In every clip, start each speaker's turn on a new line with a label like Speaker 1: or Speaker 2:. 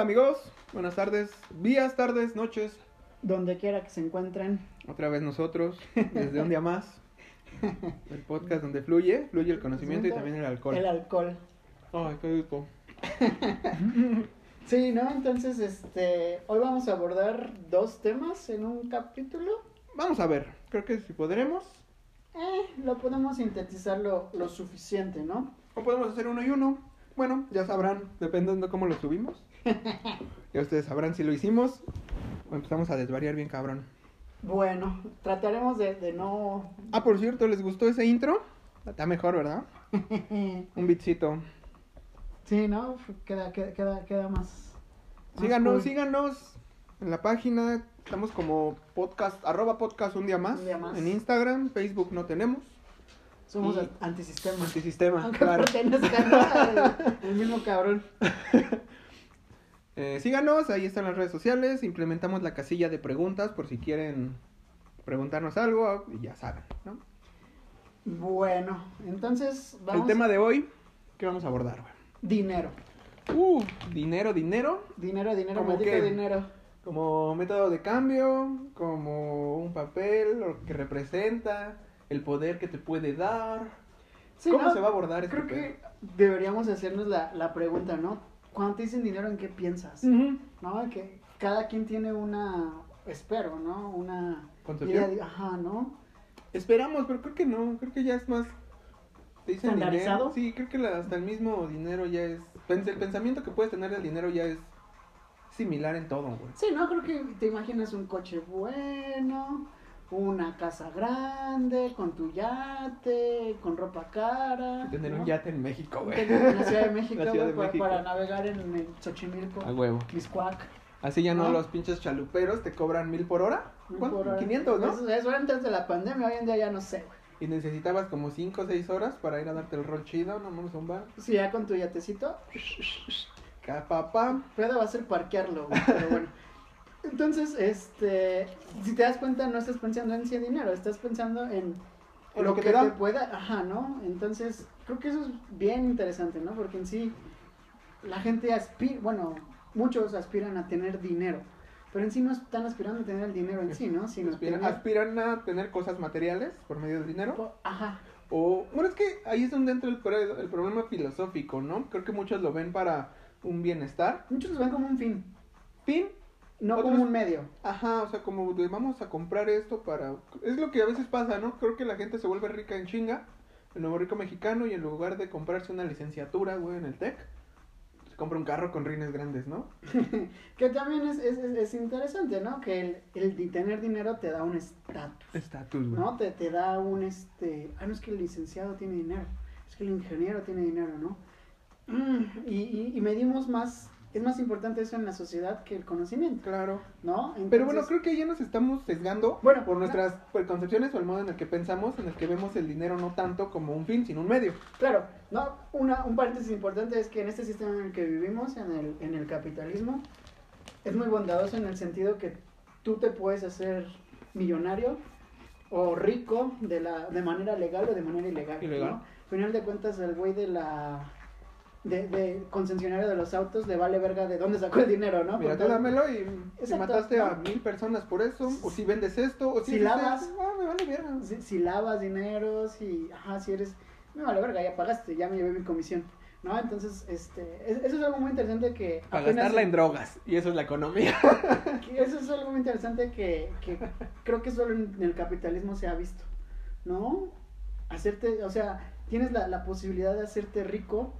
Speaker 1: amigos? Buenas tardes, días, tardes, noches.
Speaker 2: Donde quiera que se encuentren.
Speaker 1: Otra vez nosotros, desde un día más. El podcast donde fluye, fluye el conocimiento y también el alcohol.
Speaker 2: El alcohol.
Speaker 1: Ay, qué rico.
Speaker 2: Sí, ¿no? Entonces, este, hoy vamos a abordar dos temas en un capítulo.
Speaker 1: Vamos a ver, creo que si podremos,
Speaker 2: Eh, lo podemos sintetizar lo, lo suficiente, ¿no?
Speaker 1: o podemos hacer uno y uno. Bueno, ya sabrán, dependiendo cómo lo subimos. Ya ustedes sabrán si lo hicimos o empezamos a desvariar bien cabrón.
Speaker 2: Bueno, trataremos de, de no...
Speaker 1: Ah, por cierto, ¿les gustó ese intro? Está mejor, ¿verdad? Un bitcito.
Speaker 2: sí, ¿no? Queda, queda, queda, queda más... más
Speaker 1: Síganos,
Speaker 2: cool.
Speaker 1: síganos en la página. Estamos como podcast, arroba podcast un día más.
Speaker 2: Un día más.
Speaker 1: En Instagram, Facebook no tenemos.
Speaker 2: Somos
Speaker 1: y-
Speaker 2: an- antisistema.
Speaker 1: Multisistema,
Speaker 2: Aunque
Speaker 1: claro.
Speaker 2: pertenezcan al- al mismo cabrón.
Speaker 1: Eh, síganos, ahí están las redes sociales. Implementamos la casilla de preguntas por si quieren preguntarnos algo. Y ya saben, ¿no?
Speaker 2: Bueno, entonces vamos...
Speaker 1: El tema de hoy, ¿qué vamos a abordar, güey?
Speaker 2: Dinero.
Speaker 1: Uh, dinero, dinero.
Speaker 2: Dinero, dinero,
Speaker 1: ¿Cómo
Speaker 2: maldito
Speaker 1: qué?
Speaker 2: dinero.
Speaker 1: Como método de cambio, como un papel, lo que representa, el poder que te puede dar.
Speaker 2: Sí,
Speaker 1: ¿Cómo
Speaker 2: ¿no?
Speaker 1: se va a abordar este
Speaker 2: Creo
Speaker 1: pedo?
Speaker 2: que deberíamos hacernos la, la pregunta, ¿no? Cuando te dicen dinero, ¿en qué piensas?
Speaker 1: Ujú.
Speaker 2: ¿No? Que cada quien tiene una, espero, ¿no? Una
Speaker 1: Concepción.
Speaker 2: idea de, ajá, ¿no?
Speaker 1: Esperamos, pero creo que no, creo que ya es más. ¿Te dicen dinero?
Speaker 2: ¿Estandarizado?
Speaker 1: Sí, creo que la- hasta el mismo dinero ya es. pens- El pensamiento que puedes tener del dinero ya es similar en todo, güey.
Speaker 2: Sí, ¿no? Creo que te imaginas un coche bueno, una casa grande, con tu yate, con ropa cara.
Speaker 1: Y Tener
Speaker 2: Ah, ¿no?
Speaker 1: un yate en México, güey.
Speaker 2: Tener en la Ciudad de México,
Speaker 1: La Ciudad de
Speaker 2: güey, para-
Speaker 1: México.
Speaker 2: Para, navegar en el Xochimilco,
Speaker 1: A huevo.
Speaker 2: Quiscuac.
Speaker 1: Así ya no,
Speaker 2: Ah.
Speaker 1: los pinches chaluperos te cobran mil por hora. ¿Cuánto?
Speaker 2: por ahora.
Speaker 1: 500, ¿no?
Speaker 2: Eso, eso era antes de la pandemia, hoy en día ya no sé, güey.
Speaker 1: Y necesitabas como 5 o 6 horas para ir a darte el rol chido, no vamos a un bar.
Speaker 2: Sí, ya con tu yatecito,
Speaker 1: Capapam.
Speaker 2: Pedo va a ser parquearlo, güey, pero bueno. Entonces, este, si te das cuenta, no estás pensando en si hay dinero, estás pensando
Speaker 1: En
Speaker 2: en lo
Speaker 1: lo
Speaker 2: que
Speaker 1: que te
Speaker 2: te
Speaker 1: da.
Speaker 2: pueda, ajá, ¿no? Entonces, creo que eso es bien interesante, ¿no? Porque en sí, la gente aspira, bueno, muchos aspiran a tener dinero, pero en sí no están aspirando a tener el dinero en sí, ¿no? Sino
Speaker 1: Aspiran,
Speaker 2: tener-
Speaker 1: aspiran a tener cosas materiales por medio del dinero.
Speaker 2: ajá,
Speaker 1: O, bueno, es que ahí es donde entra el, pre- el problema filosófico, ¿no? Creo que muchos lo ven para un bienestar.
Speaker 2: muchos lo ven como un fin,
Speaker 1: Fin.
Speaker 2: no como
Speaker 1: Otros-
Speaker 2: un medio.
Speaker 1: Ajá, o sea, como de vamos a comprar esto para... Es lo que a veces pasa, ¿no? Creo que la gente se vuelve rica en chinga, el nuevo rico mexicano, y en lugar de comprarse una licenciatura, güey, en el TEC, se compra un carro con rines grandes, ¿no?
Speaker 2: Que también es, es, es- es interesante, ¿no? Que el, el di- tener dinero te da un estatus.
Speaker 1: Estatus, güey.
Speaker 2: ¿no? Te, te da un, este, ah, no es que el licenciado tiene dinero, es que el ingeniero tiene dinero, ¿no? Mm, Y, y, y medimos más, es más importante eso en la sociedad que el conocimiento,
Speaker 1: Claro.
Speaker 2: ¿no?
Speaker 1: Pero bueno,
Speaker 2: Entonces,
Speaker 1: creo que ya nos estamos sesgando
Speaker 2: Bueno,
Speaker 1: por
Speaker 2: no.
Speaker 1: nuestras preconcepciones o el modo en el que pensamos, en el que vemos el dinero no tanto como un fin, sino un medio.
Speaker 2: claro, ¿no? Una, un paréntesis importante es que en este sistema en el que vivimos, en el, en el capitalismo, es muy bondadoso en el sentido que tú te puedes hacer millonario o rico de, la, de manera legal o de manera ilegal.
Speaker 1: Ilegal.
Speaker 2: ¿no? Al final de cuentas, el güey de la. De, de concesionario de los autos le vale verga de dónde sacó el dinero, ¿no?
Speaker 1: Mira,
Speaker 2: Porque
Speaker 1: tú dámelo y si
Speaker 2: Exacto,
Speaker 1: mataste a
Speaker 2: no.
Speaker 1: mil personas por eso, o si vendes esto, o si,
Speaker 2: Si
Speaker 1: haces
Speaker 2: lavas.
Speaker 1: esto, ah, me vale verga.
Speaker 2: Si, si lavas dinero, si. Ajá, si eres. Me vale verga, ya pagaste, ya me llevé mi comisión. ¿No? Entonces, este. es- eso es algo muy interesante que.
Speaker 1: Para
Speaker 2: apenas-
Speaker 1: gastarla en drogas, y eso es la economía.
Speaker 2: que Eso es algo muy interesante que, que creo que solo en el capitalismo se ha visto, ¿no? Hacerte. O sea, tienes la, la posibilidad de hacerte rico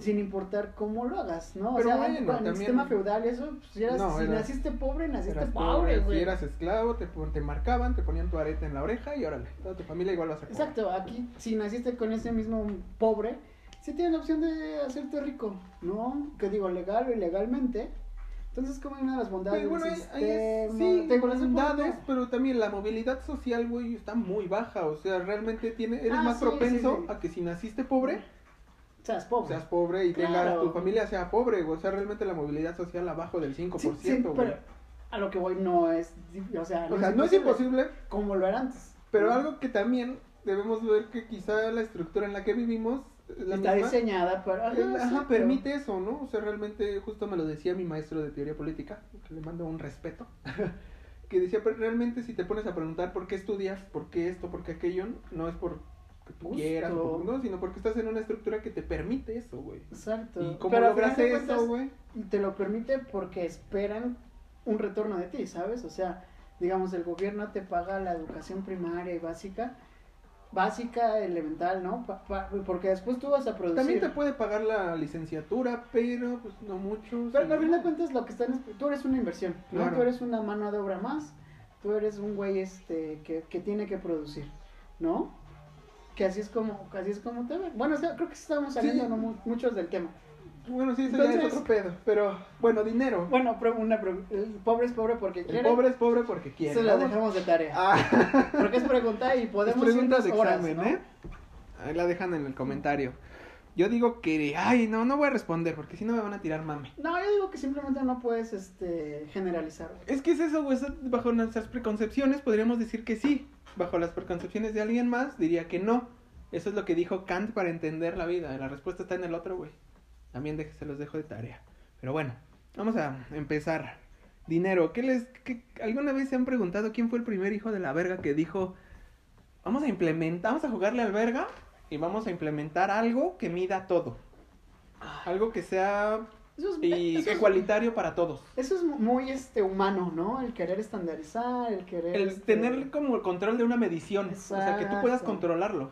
Speaker 2: sin importar cómo lo hagas, ¿no?
Speaker 1: Pero
Speaker 2: o sea,
Speaker 1: bueno,
Speaker 2: en el
Speaker 1: también-
Speaker 2: sistema feudal, eso, pues, si, eras-
Speaker 1: No,
Speaker 2: si
Speaker 1: era-
Speaker 2: naciste pobre, naciste
Speaker 1: Eras
Speaker 2: pobre,
Speaker 1: pobre,
Speaker 2: güey.
Speaker 1: si eras esclavo, te, pon- te marcaban, te ponían tu areta en la oreja y órale, toda tu familia igual vas a cobrar.
Speaker 2: Exacto, aquí, si naciste con ese mismo pobre, sí tienes la opción de hacerte rico, ¿no? Que digo, legal o ilegalmente. Entonces, como una de las bondades
Speaker 1: Pues bueno,
Speaker 2: del
Speaker 1: ahí, ahí es,
Speaker 2: sistema.
Speaker 1: sí,
Speaker 2: Te digo, las
Speaker 1: bondades,
Speaker 2: bondades-
Speaker 1: pero también la movilidad social, güey, está muy baja. O sea, realmente tiene, eres
Speaker 2: Ah,
Speaker 1: más
Speaker 2: sí,
Speaker 1: propenso
Speaker 2: sí, sí.
Speaker 1: a que si naciste pobre,
Speaker 2: O sea, es pobre.
Speaker 1: seas pobre y
Speaker 2: Claro.
Speaker 1: tengas tu familia sea pobre. güey. O sea, realmente la movilidad social abajo del 5%.
Speaker 2: Sí, sí,
Speaker 1: güey.
Speaker 2: pero a lo que voy no es, o sea,
Speaker 1: o sea, no es imposible,
Speaker 2: como lo era antes.
Speaker 1: pero algo que también debemos ver que quizá la estructura en la que vivimos la misma-
Speaker 2: está
Speaker 1: Eh,
Speaker 2: diseñada para.
Speaker 1: Ajá,
Speaker 2: Exacto.
Speaker 1: permite eso, ¿no? O sea, realmente, justo me lo decía mi maestro de teoría política, que le mando un respeto, que decía, pero realmente si te pones a preguntar por qué estudias, por qué esto, por qué aquello, no es por que tú
Speaker 2: Justo.
Speaker 1: quieras, por- no, sino porque estás en una estructura que te permite eso, güey.
Speaker 2: Exacto.
Speaker 1: ¿Y cómo
Speaker 2: Pero al
Speaker 1: logras
Speaker 2: final de
Speaker 1: eso,
Speaker 2: cuentas,
Speaker 1: güey?
Speaker 2: Te lo permite porque esperan un retorno de ti, ¿sabes? O sea, digamos, el gobierno te paga la educación primaria y básica, básica, elemental, ¿no? Pa- pa- porque después tú vas a producir.
Speaker 1: También te puede pagar la licenciatura, pero pues no mucho.
Speaker 2: Pero
Speaker 1: sí.
Speaker 2: al final de cuentas lo que están es, tú eres una inversión, ¿no?
Speaker 1: Claro.
Speaker 2: Tú eres una mano de obra más, tú eres un güey este que, que tiene que producir, ¿no? Que así es como, así es como te ven. Bueno, o sea, creo que estamos saliendo
Speaker 1: Sí.
Speaker 2: ¿no? mu- muchos del tema.
Speaker 1: Bueno, sí, eso ya es
Speaker 2: Entonces-
Speaker 1: otro pedo, pero bueno, dinero.
Speaker 2: Bueno, pro- una pro- el pobre es pobre porque
Speaker 1: el
Speaker 2: quiere.
Speaker 1: pobre es pobre porque quiere.
Speaker 2: se lo
Speaker 1: Vamos.
Speaker 2: dejamos de tarea.
Speaker 1: Ah.
Speaker 2: Porque es pregunta y podemos
Speaker 1: Es preguntas de
Speaker 2: irnos horas,
Speaker 1: examen,
Speaker 2: ¿no?
Speaker 1: ¿eh? Ahí la dejan en el comentario. Yo digo que, ay, no, no voy a responder porque si no me van a tirar mame.
Speaker 2: No, yo digo que simplemente no puedes este generalizar. güey.
Speaker 1: Es que es eso, güey. está- Bajo nuestras preconcepciones podríamos decir que sí. Bajo las preconcepciones de alguien más diría que no. Eso es lo que dijo Kant para entender la vida. La respuesta está en el otro, güey. También de- se los dejo de tarea. Pero bueno, vamos a empezar. Dinero, ¿qué les, qué- ¿alguna vez se han preguntado quién fue el primer hijo de la verga que dijo, vamos a implementar, vamos a jugarle al verga y vamos a implementar algo que mida todo? Algo que sea
Speaker 2: Eso es,
Speaker 1: y
Speaker 2: eso es-
Speaker 1: igualitario para todos.
Speaker 2: eso es muy este humano, ¿no? El querer estandarizar, el querer
Speaker 1: El
Speaker 2: este,
Speaker 1: tener como el control de una medición. O sea, que tú puedas
Speaker 2: Exacto.
Speaker 1: controlarlo.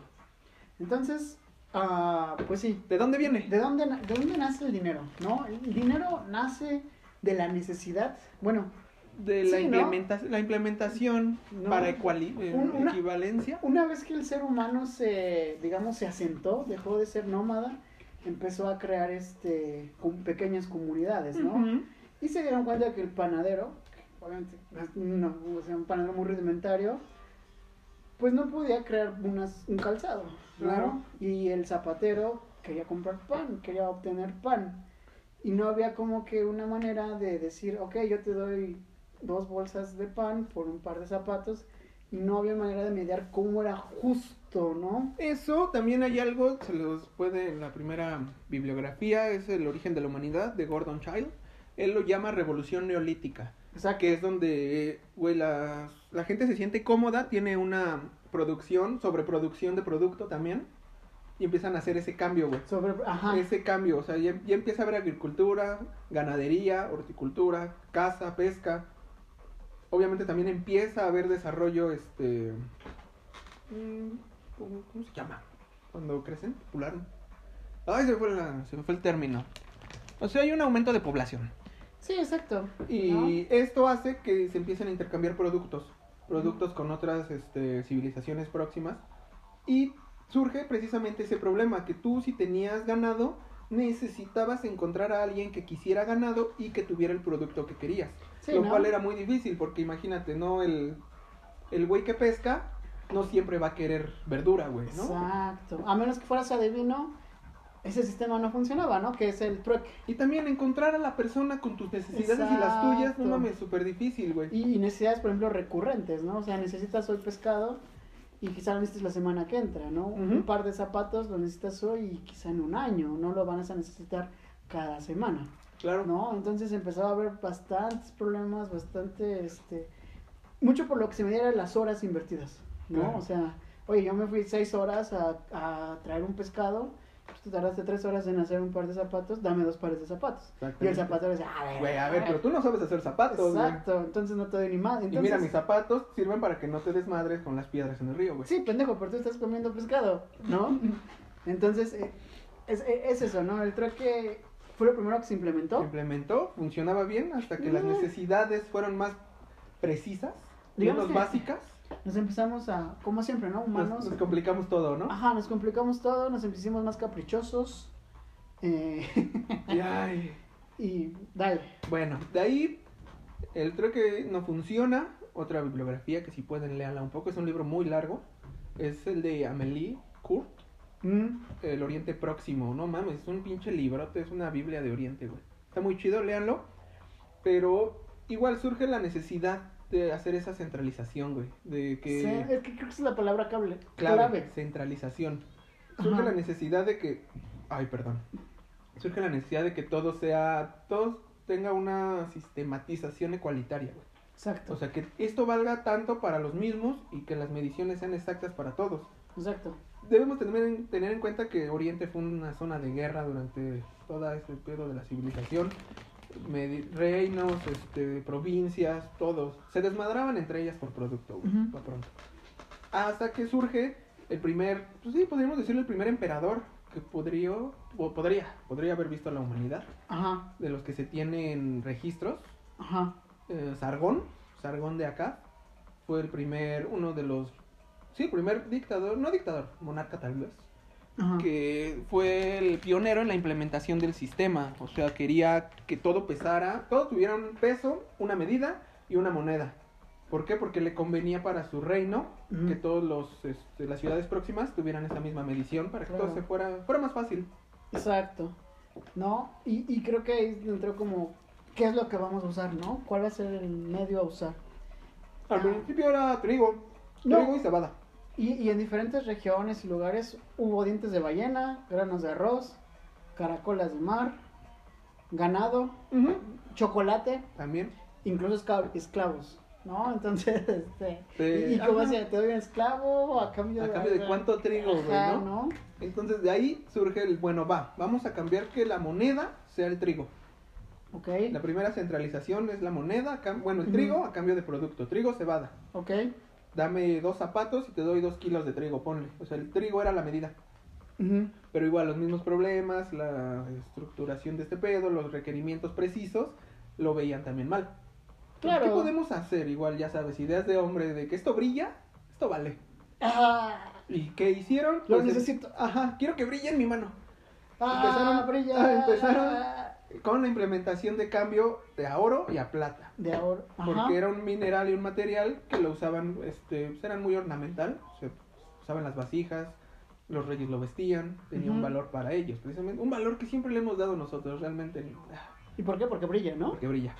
Speaker 2: Entonces, ah, pues sí.
Speaker 1: ¿De dónde viene?
Speaker 2: ¿De dónde, na- ¿De dónde nace el dinero? ¿No? El dinero nace de la necesidad. Bueno,
Speaker 1: De la,
Speaker 2: Sí, ¿no?
Speaker 1: implementa- la implementación
Speaker 2: No.
Speaker 1: para equali- eh,
Speaker 2: Un- una-
Speaker 1: equivalencia.
Speaker 2: una vez que el ser humano se, digamos, se asentó, dejó de ser nómada, empezó a crear este com- pequeñas comunidades, ¿no?
Speaker 1: Ujú.
Speaker 2: Y se dieron cuenta que el panadero, obviamente, no, o sea, un panadero muy rudimentario, pues no podía crear unas, un calzado, ¿no?
Speaker 1: Claro.
Speaker 2: Y el zapatero quería comprar pan, quería obtener pan. Y no había como que una manera de decir, ok, yo te doy dos bolsas de pan por un par de zapatos. Y no había manera de mediar cómo era justo, ¿no?
Speaker 1: Eso también hay algo, se los puede en la primera bibliografía, es El origen de la humanidad de Gordon Child. Él lo llama revolución neolítica,
Speaker 2: O sea,
Speaker 1: que es donde güey, la, la gente se siente cómoda, tiene una producción, sobreproducción de producto también, y empiezan a hacer ese cambio, güey.
Speaker 2: sobre... Ajá.
Speaker 1: ese cambio, o sea, ya, ya empieza a haber agricultura, ganadería, horticultura, caza, pesca. Obviamente también empieza a haber desarrollo, este... mm, ¿Cómo cómo se llama? Cuando crecen, popular. Ay, se me, fue la- se me fue el término. O sea, hay un aumento de población.
Speaker 2: Sí, exacto.
Speaker 1: Y
Speaker 2: ¿no?
Speaker 1: esto hace que se empiecen a intercambiar productos, productos con otras este, civilizaciones próximas. Y surge precisamente ese problema, que tú si tenías ganado, necesitabas encontrar a alguien que quisiera ganado y que tuviera el producto que querías.
Speaker 2: Sí,
Speaker 1: lo
Speaker 2: ¿no?
Speaker 1: cual era muy difícil, porque imagínate, ¿no? El, el güey que pesca no siempre va a querer verdura, güey, ¿no?
Speaker 2: Exacto. A menos que fueras adivino, ese sistema no funcionaba, ¿no? Que es el trueque.
Speaker 1: Y también encontrar a la persona con tus necesidades y las tuyas, no
Speaker 2: Exacto.
Speaker 1: mames, súper difícil, güey.
Speaker 2: Y, y necesidades, por ejemplo, recurrentes, ¿no? O sea, necesitas hoy pescado y quizá lo necesites la semana que entra, ¿no? Un
Speaker 1: Ujú.
Speaker 2: par de zapatos lo necesitas hoy y quizá en un año, no lo van a necesitar cada semana,
Speaker 1: Claro.
Speaker 2: ¿no? Entonces empezaba a haber bastantes problemas, bastante, este, mucho por lo que se me dieron las horas invertidas, ¿no?
Speaker 1: Claro.
Speaker 2: O sea, oye, yo me fui seis horas a, a traer un pescado, pues tú tardaste tres horas en hacer un par de zapatos, dame dos pares de zapatos. Y el
Speaker 1: Exactamente.
Speaker 2: zapatero dice, a ver,
Speaker 1: Güey, a ver, pero tú no sabes hacer zapatos, güey.
Speaker 2: Ah. Exacto, entonces no te doy ni más.
Speaker 1: Y
Speaker 2: Entonces,
Speaker 1: mira, mis zapatos sirven para que no te desmadres con las piedras en el río, güey.
Speaker 2: Sí, pendejo, pero tú estás comiendo pescado, ¿no? Entonces, eh, es, eh, es eso, ¿no? El trueque fue lo primero que se
Speaker 1: Se
Speaker 2: implementó.
Speaker 1: implementó, funcionaba bien hasta que las
Speaker 2: Mm.
Speaker 1: necesidades fueron más precisas,
Speaker 2: Digamos
Speaker 1: menos
Speaker 2: que-
Speaker 1: básicas.
Speaker 2: Nos empezamos a, como siempre, ¿no?
Speaker 1: Nos,
Speaker 2: Humanos.
Speaker 1: nos complicamos todo, ¿no?
Speaker 2: Ajá, nos complicamos todo, nos hicimos más caprichosos. eh,
Speaker 1: Y, ay,
Speaker 2: y dale.
Speaker 1: Bueno, de ahí el trueque no funciona. Otra bibliografía que si pueden leanla un poco, es un libro muy largo. Es el de Amélie Court,
Speaker 2: Mm,
Speaker 1: El Oriente Próximo. No mames, es un pinche librote, es una Biblia de Oriente, güey. Está muy chido, léanlo. Pero igual surge la necesidad de hacer esa centralización, güey. De que.
Speaker 2: sí, es que creo que esa es la palabra cable,
Speaker 1: clave,
Speaker 2: clave.
Speaker 1: Centralización. surge
Speaker 2: Ajá.
Speaker 1: la necesidad de que. Ay, perdón. Surge la necesidad de que todo sea. Todos tenga una sistematización ecualitaria, güey.
Speaker 2: Exacto.
Speaker 1: O sea, que esto valga tanto para los mismos y que las mediciones sean exactas para todos.
Speaker 2: exacto.
Speaker 1: Debemos tener en, tener en cuenta que Oriente fue una zona de guerra durante todo este periodo de la civilización. Medi- reinos, este, provincias, todos. Se desmadraban entre ellas por producto, güey,
Speaker 2: Ujú.
Speaker 1: pa' pronto. Hasta que surge el primer, pues sí, podríamos decirlo, el primer emperador que podría, o podría, podría haber visto a la humanidad,
Speaker 2: Ajá,
Speaker 1: de los que se tienen registros.
Speaker 2: ajá.
Speaker 1: eh, Sargón, Sargón de acá, fue el primer, uno de los, sí, el primer dictador, no dictador, monarca tal vez,
Speaker 2: ajá.
Speaker 1: que fue el pionero en la implementación del sistema. O sea, quería que todo pesara, todo tuviera un peso, una medida y una moneda. ¿Por qué? Porque le convenía para su reino
Speaker 2: Ujú.
Speaker 1: que todos los este, las ciudades próximas tuvieran esa misma medición para que todo
Speaker 2: Claro.
Speaker 1: se fuera fuera más fácil.
Speaker 2: Exacto. ¿No? Y, y creo que ahí entró como, ¿qué es lo que vamos a usar, no? ¿Cuál va a ser el medio a usar?
Speaker 1: Al
Speaker 2: Ah.
Speaker 1: principio era trigo,
Speaker 2: No.
Speaker 1: trigo y cebada.
Speaker 2: Y, y en diferentes regiones y lugares hubo dientes de ballena, granos de arroz, caracolas de mar, ganado,
Speaker 1: Ujú.
Speaker 2: chocolate,
Speaker 1: También.
Speaker 2: incluso esca- esclavos, ¿no? Entonces, este...
Speaker 1: Eh,
Speaker 2: ¿Y, y cómo
Speaker 1: ajá.
Speaker 2: hacía? ¿Te doy un esclavo a cambio
Speaker 1: A cambio de cuánto trigo, güey,
Speaker 2: Ajá,
Speaker 1: ¿no?
Speaker 2: ¿no?
Speaker 1: Entonces de ahí surge el, bueno, va, vamos a cambiar que la moneda sea el trigo.
Speaker 2: Ok,
Speaker 1: La primera centralización es la moneda, a cam- bueno, el
Speaker 2: Ujú.
Speaker 1: trigo a cambio de producto, trigo cebada.
Speaker 2: ok,
Speaker 1: Dame dos zapatos y te doy dos kilos de trigo, ponle. O sea, el trigo era la medida.
Speaker 2: ujú,
Speaker 1: Pero igual, los mismos problemas, la estructuración de este pedo, los requerimientos precisos, lo veían también mal.
Speaker 2: Claro.
Speaker 1: ¿Qué podemos hacer? Igual, ya sabes, ideas de hombre de que esto brilla, esto vale.
Speaker 2: Ah,
Speaker 1: ¿Y qué hicieron?
Speaker 2: Lo
Speaker 1: Pues,
Speaker 2: necesito.
Speaker 1: Ajá, quiero que brille en mi mano.
Speaker 2: ah,
Speaker 1: Empezaron-
Speaker 2: brilla.
Speaker 1: ah, empezaron- Con la implementación de cambio de a oro y a plata.
Speaker 2: De ahora.
Speaker 1: porque
Speaker 2: Ajá.
Speaker 1: era un mineral y un material que lo usaban, este, pues, eran muy ornamental, se usaban las vasijas, los reyes lo vestían, tenía un
Speaker 2: Ujú.
Speaker 1: valor para ellos, precisamente, un valor que siempre le hemos dado nosotros, realmente, ah,
Speaker 2: ¿Y por qué? Porque brilla, ¿no?
Speaker 1: porque brilla.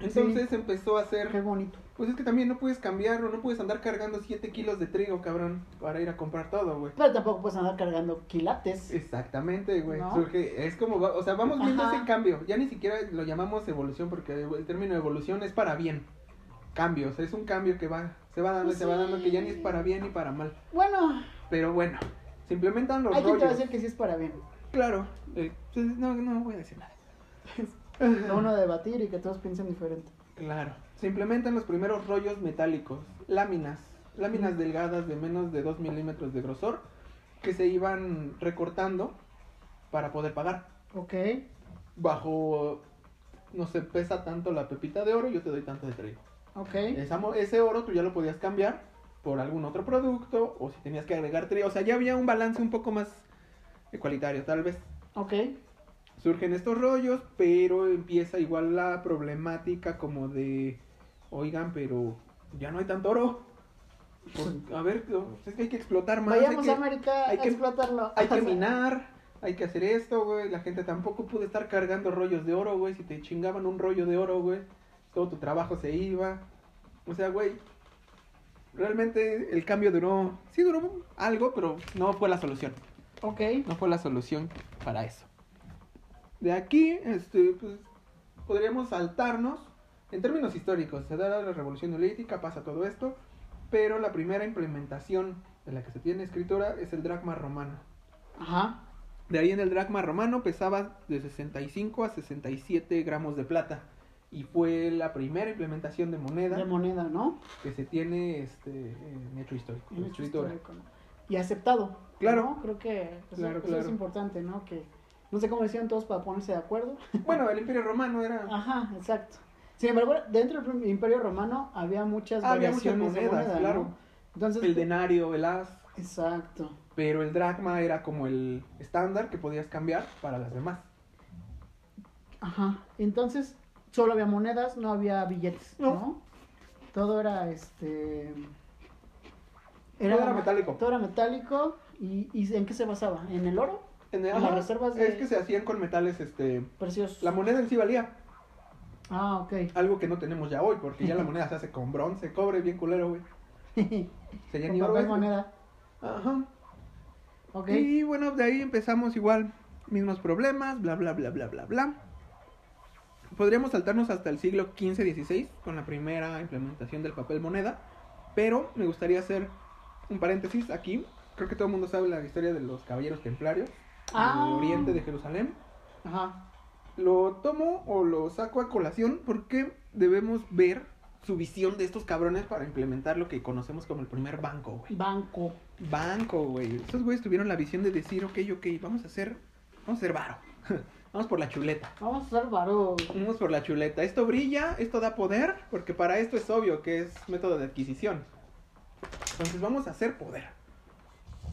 Speaker 1: Entonces empezó a
Speaker 2: Qué
Speaker 1: hacer,
Speaker 2: bonito.
Speaker 1: pues es que también no puedes cambiarlo, no puedes andar cargando 7 kilos de trigo, cabrón, para ir a comprar todo, güey.
Speaker 2: Pero tampoco puedes andar cargando quilates.
Speaker 1: Exactamente, güey.
Speaker 2: ¿No?
Speaker 1: Surge, es como, va- o sea, vamos viendo
Speaker 2: Ajá.
Speaker 1: ese cambio. Ya ni siquiera lo llamamos evolución porque el término evolución es para bien. Cambios, es un cambio que va, se va dando,
Speaker 2: Pues
Speaker 1: se va dando, que ya ni
Speaker 2: sí.
Speaker 1: es para bien ni para mal.
Speaker 2: Bueno,
Speaker 1: Pero bueno, se implementan los
Speaker 2: hay quien te va a
Speaker 1: rollos.
Speaker 2: decir que sí es para bien.
Speaker 1: Claro, eh, pues, no, no voy a decir nada.
Speaker 2: Lo uno a debatir y que todos piensen diferente.
Speaker 1: Claro, se implementan los primeros rollos metálicos, láminas, láminas
Speaker 2: Mm.
Speaker 1: delgadas de menos de 2 milímetros de grosor que se iban recortando para poder pagar.
Speaker 2: Ok,
Speaker 1: bajo no se pesa tanto la pepita de oro, yo te doy tanto de trigo.
Speaker 2: ok.
Speaker 1: Esa mo- ese oro tú ya lo podías cambiar por algún otro producto o si tenías que agregar trigo. O sea, ya había un balance un poco más igualitario, tal vez.
Speaker 2: Ok.
Speaker 1: Surgen estos rollos, pero empieza igual la problemática como de, oigan, pero ya no hay tanto oro. Pues, a ver, es que hay que explotar más. hay
Speaker 2: Vayamos
Speaker 1: que-
Speaker 2: a América
Speaker 1: hay
Speaker 2: a
Speaker 1: que-
Speaker 2: explotarlo.
Speaker 1: hay
Speaker 2: O
Speaker 1: que
Speaker 2: sea,
Speaker 1: minar, hay que hacer esto, güey. La gente tampoco pudo estar cargando rollos de oro, güey. Si te chingaban un rollo de oro, güey, todo tu trabajo se iba. O sea, güey, realmente el cambio duró, sí duró algo, pero no fue la solución.
Speaker 2: Ok,
Speaker 1: No fue la solución para eso. De aquí, este, pues, podríamos saltarnos, en términos históricos, se da la revolución neolítica, pasa todo esto, pero la primera implementación de la que se tiene escritura es el dracma romano.
Speaker 2: ajá.
Speaker 1: De ahí en el dracma romano pesaba de 65 a 67 gramos de plata. Y fue la primera implementación de moneda
Speaker 2: De moneda, ¿no?
Speaker 1: que se tiene este, en hecho histórico.
Speaker 2: En
Speaker 1: en
Speaker 2: hecho
Speaker 1: escritura.
Speaker 2: histórico, ¿no? Y aceptado.
Speaker 1: Claro.
Speaker 2: ¿no? Creo que eso,
Speaker 1: Claro,
Speaker 2: eso
Speaker 1: claro.
Speaker 2: es importante, ¿no? Que no sé cómo decían todos para ponerse de acuerdo.
Speaker 1: Bueno, el imperio romano era...
Speaker 2: Ajá, exacto. Sin embargo, dentro del Imperio Romano había muchas
Speaker 1: Había muchas
Speaker 2: variaciones de
Speaker 1: monedas,
Speaker 2: moneda,
Speaker 1: claro.
Speaker 2: ¿no? Entonces,
Speaker 1: el denario, el as.
Speaker 2: exacto.
Speaker 1: Pero el dracma era como el estándar que podías cambiar para las demás.
Speaker 2: Ajá. Entonces, solo había monedas, no había billetes, ¿no?
Speaker 1: No.
Speaker 2: Todo era este
Speaker 1: Todo era metálico.
Speaker 2: Todo era metálico y, y ¿en qué se basaba? ¿En el oro?
Speaker 1: En
Speaker 2: Ah, Las
Speaker 1: ajá,
Speaker 2: reservas de-
Speaker 1: Es que se hacían con metales, este...
Speaker 2: Precioso.
Speaker 1: La moneda en sí valía.
Speaker 2: ah, ok.
Speaker 1: Algo que no tenemos ya hoy, porque ya la moneda se hace con bronce, cobre, bien culero, güey. Se ya ni
Speaker 2: Con
Speaker 1: oro
Speaker 2: papel
Speaker 1: es, güey.
Speaker 2: moneda.
Speaker 1: Ajá.
Speaker 2: Ok.
Speaker 1: Y bueno, de ahí empezamos igual, mismos problemas, bla, bla, bla, bla, bla, bla. Podríamos saltarnos hasta el siglo XV-XVI con la primera implementación del papel moneda, pero me gustaría hacer un paréntesis aquí. Creo que todo el mundo sabe la historia de los caballeros templarios
Speaker 2: Ah.
Speaker 1: del oriente de Jerusalén.
Speaker 2: Ajá.
Speaker 1: Lo tomo o lo saco a colación porque debemos ver su visión de estos cabrones para implementar lo que conocemos como el primer banco, güey.
Speaker 2: Banco.
Speaker 1: Banco, güey. Esos güeyes tuvieron la visión de decir, ok, ok, vamos a hacer, vamos a hacer varo. vamos por la chuleta.
Speaker 2: Vamos a ser varón.
Speaker 1: Vamos por la chuleta. Esto brilla, esto da poder, porque para esto es obvio que es método de adquisición. Entonces vamos a hacer poder.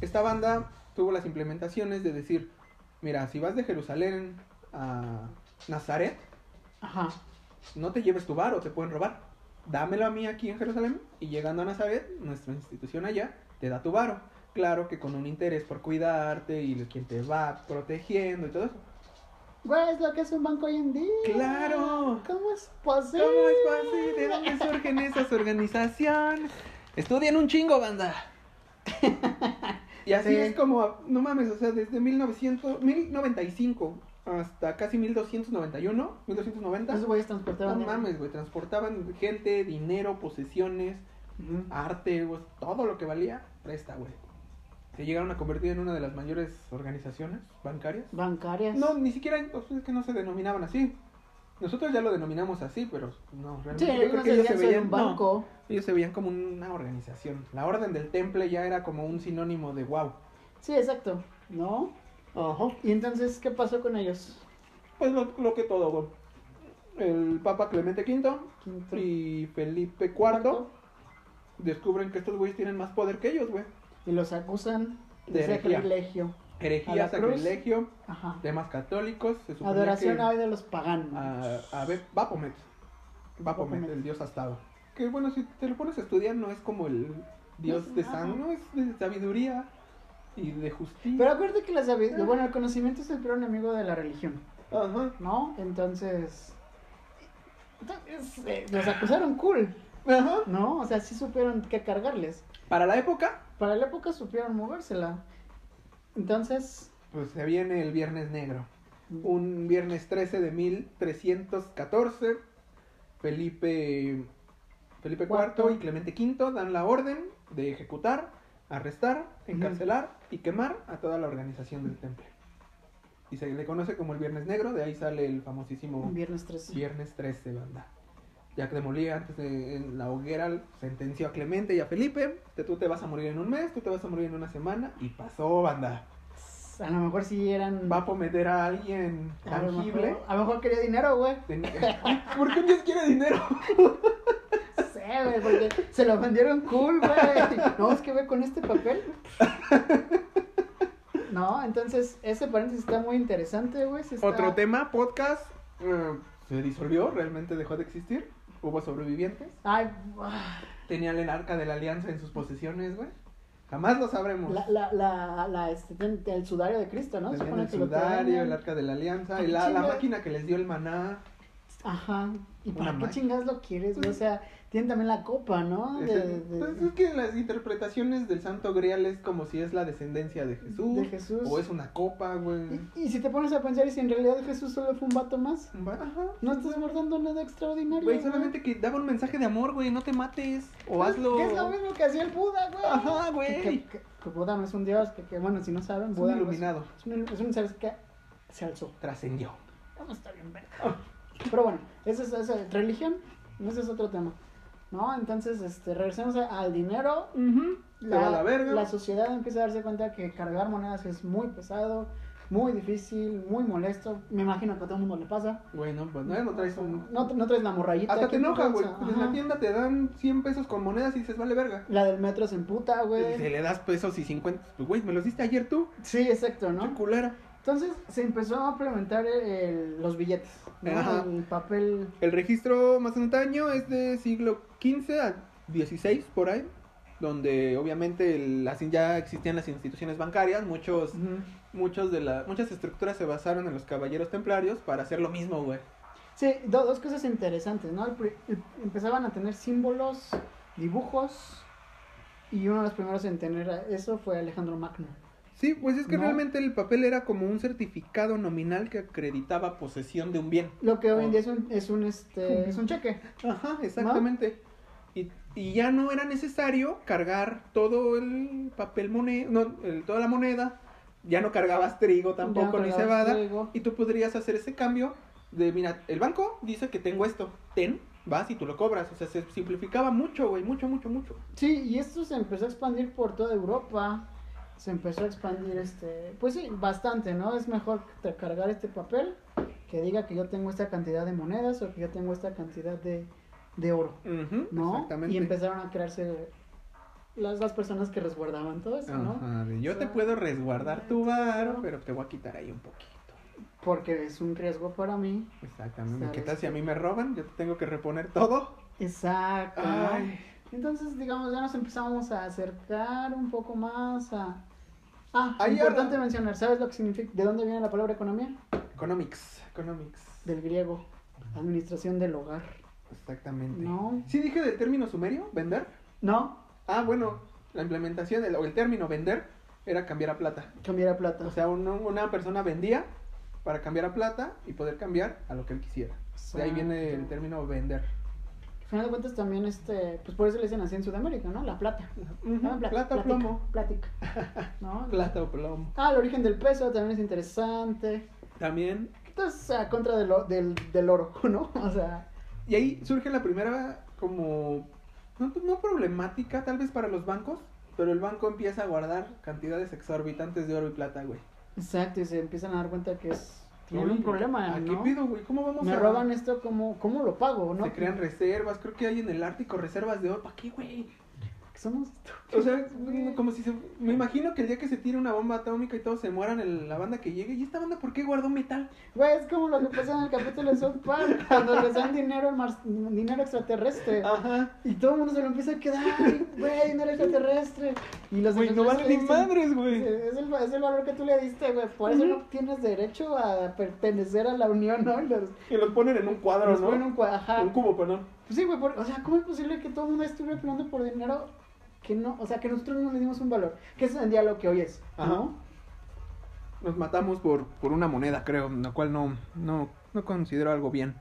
Speaker 1: Esta banda tuvo las implementaciones de decir, mira, si vas de Jerusalén a Nazaret,
Speaker 2: Ajá.
Speaker 1: no te lleves tu varo, te pueden robar. Dámelo a mí aquí en Jerusalén y llegando a Nazaret, nuestra institución allá, te da tu varo. Claro que con un interés por cuidarte y quien te va protegiendo y todo eso.
Speaker 2: Güey, es lo que es un banco hoy en día.
Speaker 1: ¡Claro!
Speaker 2: ¿Cómo es posible?
Speaker 1: ¿Cómo es fácil? ¿De dónde surgen esas organizaciones? Estudian un chingo, banda. Y así
Speaker 2: Sí.
Speaker 1: es como, no mames, o sea, desde 1900, 1095 hasta casi 1291, 1290.
Speaker 2: Esos güeyes transportaban.
Speaker 1: No mames, güey, transportaban gente, dinero, posesiones,
Speaker 2: Ujú.
Speaker 1: arte, güey, todo lo que valía, presta, güey. Se llegaron a convertir en una de las mayores organizaciones bancarias.
Speaker 2: Bancarias.
Speaker 1: No, ni siquiera, o sea, es que no se denominaban así. Nosotros ya lo denominamos así, pero no,
Speaker 2: Sí,
Speaker 1: realmente. yo creo
Speaker 2: no
Speaker 1: que
Speaker 2: se
Speaker 1: ellos se
Speaker 2: veían solo
Speaker 1: veían,
Speaker 2: un
Speaker 1: no,
Speaker 2: banco.
Speaker 1: ellos se veían como una organización. La orden del temple ya era como un sinónimo de wow.
Speaker 2: Sí, exacto. ¿No?
Speaker 1: Ajá.
Speaker 2: ¿Y entonces qué pasó con ellos?
Speaker 1: Pues lo, lo que todo, güey. El Papa Clemente V
Speaker 2: Quinto.
Speaker 1: y Felipe IV. descubren que estos güeyes tienen más poder que ellos, güey.
Speaker 2: Y los acusan de,
Speaker 1: De herejía.
Speaker 2: sacrilegio. A
Speaker 1: Herejía,
Speaker 2: la cruz.
Speaker 1: sacrilegio,
Speaker 2: Ajá.
Speaker 1: temas católicos, se suponía
Speaker 2: Adoración
Speaker 1: que- Ah.
Speaker 2: hoy de los paganos.
Speaker 1: a, a Be- Baphomet. Baphomet,
Speaker 2: Baphomet.
Speaker 1: el dios astado. Que bueno, si te lo pones a estudiar, no es como el dios
Speaker 2: No es
Speaker 1: de
Speaker 2: nada.
Speaker 1: sangre, no es de sabiduría y de justicia.
Speaker 2: Pero acuérdate que la sabiduría, bueno, el conocimiento es el peor enemigo de la religión,
Speaker 1: Ajá.
Speaker 2: ¿no? Entonces, entonces, eh, los acusaron cool,
Speaker 1: Ajá.
Speaker 2: ¿no? O sea, sí supieron qué cargarles.
Speaker 1: Para la época,
Speaker 2: Para la época supieron movérsela. Entonces,
Speaker 1: pues se viene el Viernes Negro. Un viernes 13 de 1314, Felipe, Felipe
Speaker 2: Cuarto.
Speaker 1: IV y Clemente V dan la orden de ejecutar, arrestar, encarcelar y quemar a toda la organización del temple. Y se le conoce como el Viernes Negro, de ahí sale el famosísimo
Speaker 2: un viernes 13.
Speaker 1: Viernes 13, banda. Jack de Molía, antes de en la hoguera, sentenció a Clemente y a Felipe, que tú te vas a morir en un mes, tú te vas a morir en una semana, y pasó, banda.
Speaker 2: A lo mejor sí eran...
Speaker 1: Va a meter a alguien
Speaker 2: a, lo
Speaker 1: tangible.
Speaker 2: mejor, a lo mejor quería dinero, güey.
Speaker 1: Ten- ¿Por qué Dios quiere dinero?
Speaker 2: No sé, güey, porque se lo vendieron cool, güey. No, es que ve con este papel. No, entonces ese paréntesis está muy interesante, güey. sí está-
Speaker 1: Otro tema, podcast. eh, se disolvió, realmente dejó de existir. Hubo sobrevivientes.
Speaker 2: Ay, ah,
Speaker 1: Tenían el arca de la alianza en sus posesiones, güey. Jamás lo sabremos.
Speaker 2: la, la, la, la, este, ten- el sudario de Cristo, ¿no?
Speaker 1: Tenían
Speaker 2: Supone
Speaker 1: el
Speaker 2: que lo
Speaker 1: sudario,
Speaker 2: traían.
Speaker 1: el arca de la alianza,
Speaker 2: ¿Qué
Speaker 1: y la, la
Speaker 2: chinga?
Speaker 1: máquina que les dio el maná.
Speaker 2: Ajá. ¿Y para
Speaker 1: Una
Speaker 2: qué
Speaker 1: ma-
Speaker 2: chingas lo quieres, güey? O sea, tienen también la copa, ¿no?
Speaker 1: Es
Speaker 2: Ah, De,
Speaker 1: el-
Speaker 2: de-
Speaker 1: pues es que las interpretaciones del santo grial es como si es la descendencia de Jesús.
Speaker 2: de Jesús.
Speaker 1: O es una copa, güey.
Speaker 2: Y, y si te pones a pensar, ¿y si en realidad Jesús solo fue un vato más?
Speaker 1: Ajá.
Speaker 2: No estás guardando nada extraordinario.
Speaker 1: Güey, solamente que daba un mensaje de amor, güey. No te mates. O hazlo.
Speaker 2: Que Ah, es lo mismo que hacía el Buda, güey.
Speaker 1: Ajá,
Speaker 2: Que,
Speaker 1: güey.
Speaker 2: que- que- que Buda no es un dios, que, que, bueno, si no saben,
Speaker 1: Es un
Speaker 2: Buda no es,
Speaker 1: iluminado.
Speaker 2: es un, es un ser que se alzó.
Speaker 1: Trascendió.
Speaker 2: No está bien, verga. Pero bueno, esa es, esa es religión, ese es otro tema. ¿No? Entonces, este, regresemos a- al dinero.
Speaker 1: Se va a la verga.
Speaker 2: la sociedad empieza a darse cuenta que cargar monedas es muy pesado, muy difícil, muy molesto. Me imagino que a todo el mundo le pasa.
Speaker 1: Bueno, pues no, no traes un...
Speaker 2: No, no traes la morrayita.
Speaker 1: Hasta
Speaker 2: aquí
Speaker 1: te
Speaker 2: en tu
Speaker 1: enoja, güey.
Speaker 2: bolsa.
Speaker 1: Pues en la
Speaker 2: Ajá.
Speaker 1: tienda te dan 100 pesos con monedas y dices, vale verga.
Speaker 2: La del metro se emputa,
Speaker 1: Y
Speaker 2: güey.
Speaker 1: Si le das pesos y 50, pues, güey, me los diste ayer tú,
Speaker 2: Sí, exacto,
Speaker 1: ¿no?
Speaker 2: ¿no?
Speaker 1: culera.
Speaker 2: Entonces se empezó a implementar el- los billetes, ¿no?
Speaker 1: Ajá.
Speaker 2: el papel.
Speaker 1: El registro más antaño es de siglo XV a XVI, por ahí. Donde obviamente el- las- ya existían las instituciones bancarias, muchos, muchos de la, muchas estructuras se basaron en los caballeros templarios para hacer lo mismo, güey.
Speaker 2: Sí, do- dos cosas interesantes, ¿no? El pri- el- empezaban a tener símbolos, dibujos, y uno de los primeros en tener a- eso fue Alejandro Magno.
Speaker 1: Sí, pues es que
Speaker 2: No.
Speaker 1: realmente el papel era como un certificado nominal que acreditaba posesión de un bien.
Speaker 2: Lo que hoy en
Speaker 1: Oh.
Speaker 2: día es un, es un, este, es un cheque.
Speaker 1: Ajá, exactamente. Y, y ya no era necesario cargar todo el papel moneda, no, el- toda la moneda, ya no cargabas trigo tampoco
Speaker 2: Ya,
Speaker 1: ni
Speaker 2: pero
Speaker 1: cebada,
Speaker 2: luego-
Speaker 1: y tú podrías hacer ese cambio de, mira, el banco dice que tengo esto, ten, vas y tú lo cobras, o sea, se simplificaba mucho, güey, mucho, mucho, mucho.
Speaker 2: Sí, y esto se empezó a expandir por toda Europa. Se empezó a expandir este. Pues sí, bastante, ¿no? Es mejor te- cargar este papel que diga que yo tengo esta cantidad de monedas o que yo tengo esta cantidad de, de oro,
Speaker 1: Ujú,
Speaker 2: ¿no?
Speaker 1: Exactamente.
Speaker 2: Y empezaron a crearse las, las personas que resguardaban todo eso, ¿no?
Speaker 1: Ajá, de, yo
Speaker 2: O
Speaker 1: te
Speaker 2: sea,
Speaker 1: puedo resguardar tu varo, pero te voy a quitar ahí un poquito.
Speaker 2: Porque es un riesgo para mí.
Speaker 1: Exactamente. ¿Qué
Speaker 2: ¿Sabes
Speaker 1: tal si a
Speaker 2: qué?
Speaker 1: mí me roban? Yo te tengo que reponer todo.
Speaker 2: Exacto.
Speaker 1: Ay.
Speaker 2: Entonces, digamos, ya nos empezamos a acercar un poco más a. Ah,
Speaker 1: Ahí
Speaker 2: importante
Speaker 1: habla-
Speaker 2: mencionar, ¿sabes lo que significa? ¿De dónde viene la palabra economía?
Speaker 1: Economics, economics.
Speaker 2: Del griego, administración del hogar.
Speaker 1: Exactamente.
Speaker 2: No.
Speaker 1: ¿Sí dije del término sumerio, vender?
Speaker 2: No,
Speaker 1: Ah, bueno, la implementación del- o el término vender era cambiar a plata.
Speaker 2: cambiar a plata.
Speaker 1: O sea, uno- una persona vendía para cambiar a plata y poder cambiar a lo que él quisiera. De ahí viene el término vender.
Speaker 2: Al final de cuentas, también, este, pues por eso le dicen así en Sudamérica, ¿no? La plata.
Speaker 1: Ujú,
Speaker 2: Ah, pla-
Speaker 1: Plata o
Speaker 2: platica,
Speaker 1: plomo.
Speaker 2: Plática. ¿No?
Speaker 1: Plata o plomo.
Speaker 2: Ah, el origen del peso también es interesante.
Speaker 1: También
Speaker 2: Entonces, a contra del, o- del, del oro, ¿no? O sea,
Speaker 1: Y ahí surge la primera como, no, no problemática tal vez para los bancos, pero el banco empieza a guardar cantidades exorbitantes de oro y plata, güey.
Speaker 2: exacto, y se empiezan a dar cuenta que es. Tienen un
Speaker 1: Oye,
Speaker 2: problema,
Speaker 1: ¿A
Speaker 2: ¿no?
Speaker 1: qué pido, güey? ¿Cómo vamos
Speaker 2: Me
Speaker 1: a...?
Speaker 2: roban esto, ¿cómo, cómo lo pago, no?
Speaker 1: Se crean reservas, creo que hay en el Ártico reservas de oro. ¿Para qué, güey?
Speaker 2: Somos
Speaker 1: O sea, como si se... Me imagino que el día que se tire una bomba atómica y todos se mueran, el- la banda que llegue, ¿y esta banda por qué guardó metal?
Speaker 2: Güey, es como lo que pasa en el capítulo de South Park, cuando les dan dinero, al mar- dinero extraterrestre.
Speaker 1: Ah. Ajá.
Speaker 2: Y todo el mundo se lo empieza a quedar, güey, dinero extraterrestre. Y los
Speaker 1: Güey, no vale ni
Speaker 2: extraterrestres
Speaker 1: madres,
Speaker 2: dicen,
Speaker 1: güey.
Speaker 2: Es el, es el valor que tú le diste, güey. Por eso no tienes derecho a pertenecer a la Unión, ¿no? Y Los,
Speaker 1: Y los ponen en un cuadro,
Speaker 2: los
Speaker 1: ¿no?
Speaker 2: ponen un cua- ajá.
Speaker 1: Un cubo, perdón.
Speaker 2: Pues sí, güey, por- o sea, ¿cómo es posible que todo el mundo estuviera peleando por dinero que no, o sea, que nosotros no le dimos un valor? Que es el día lo que hoy es, ¿no?
Speaker 1: Nos matamos por, por una moneda, creo, lo cual no, no, no considero algo bien.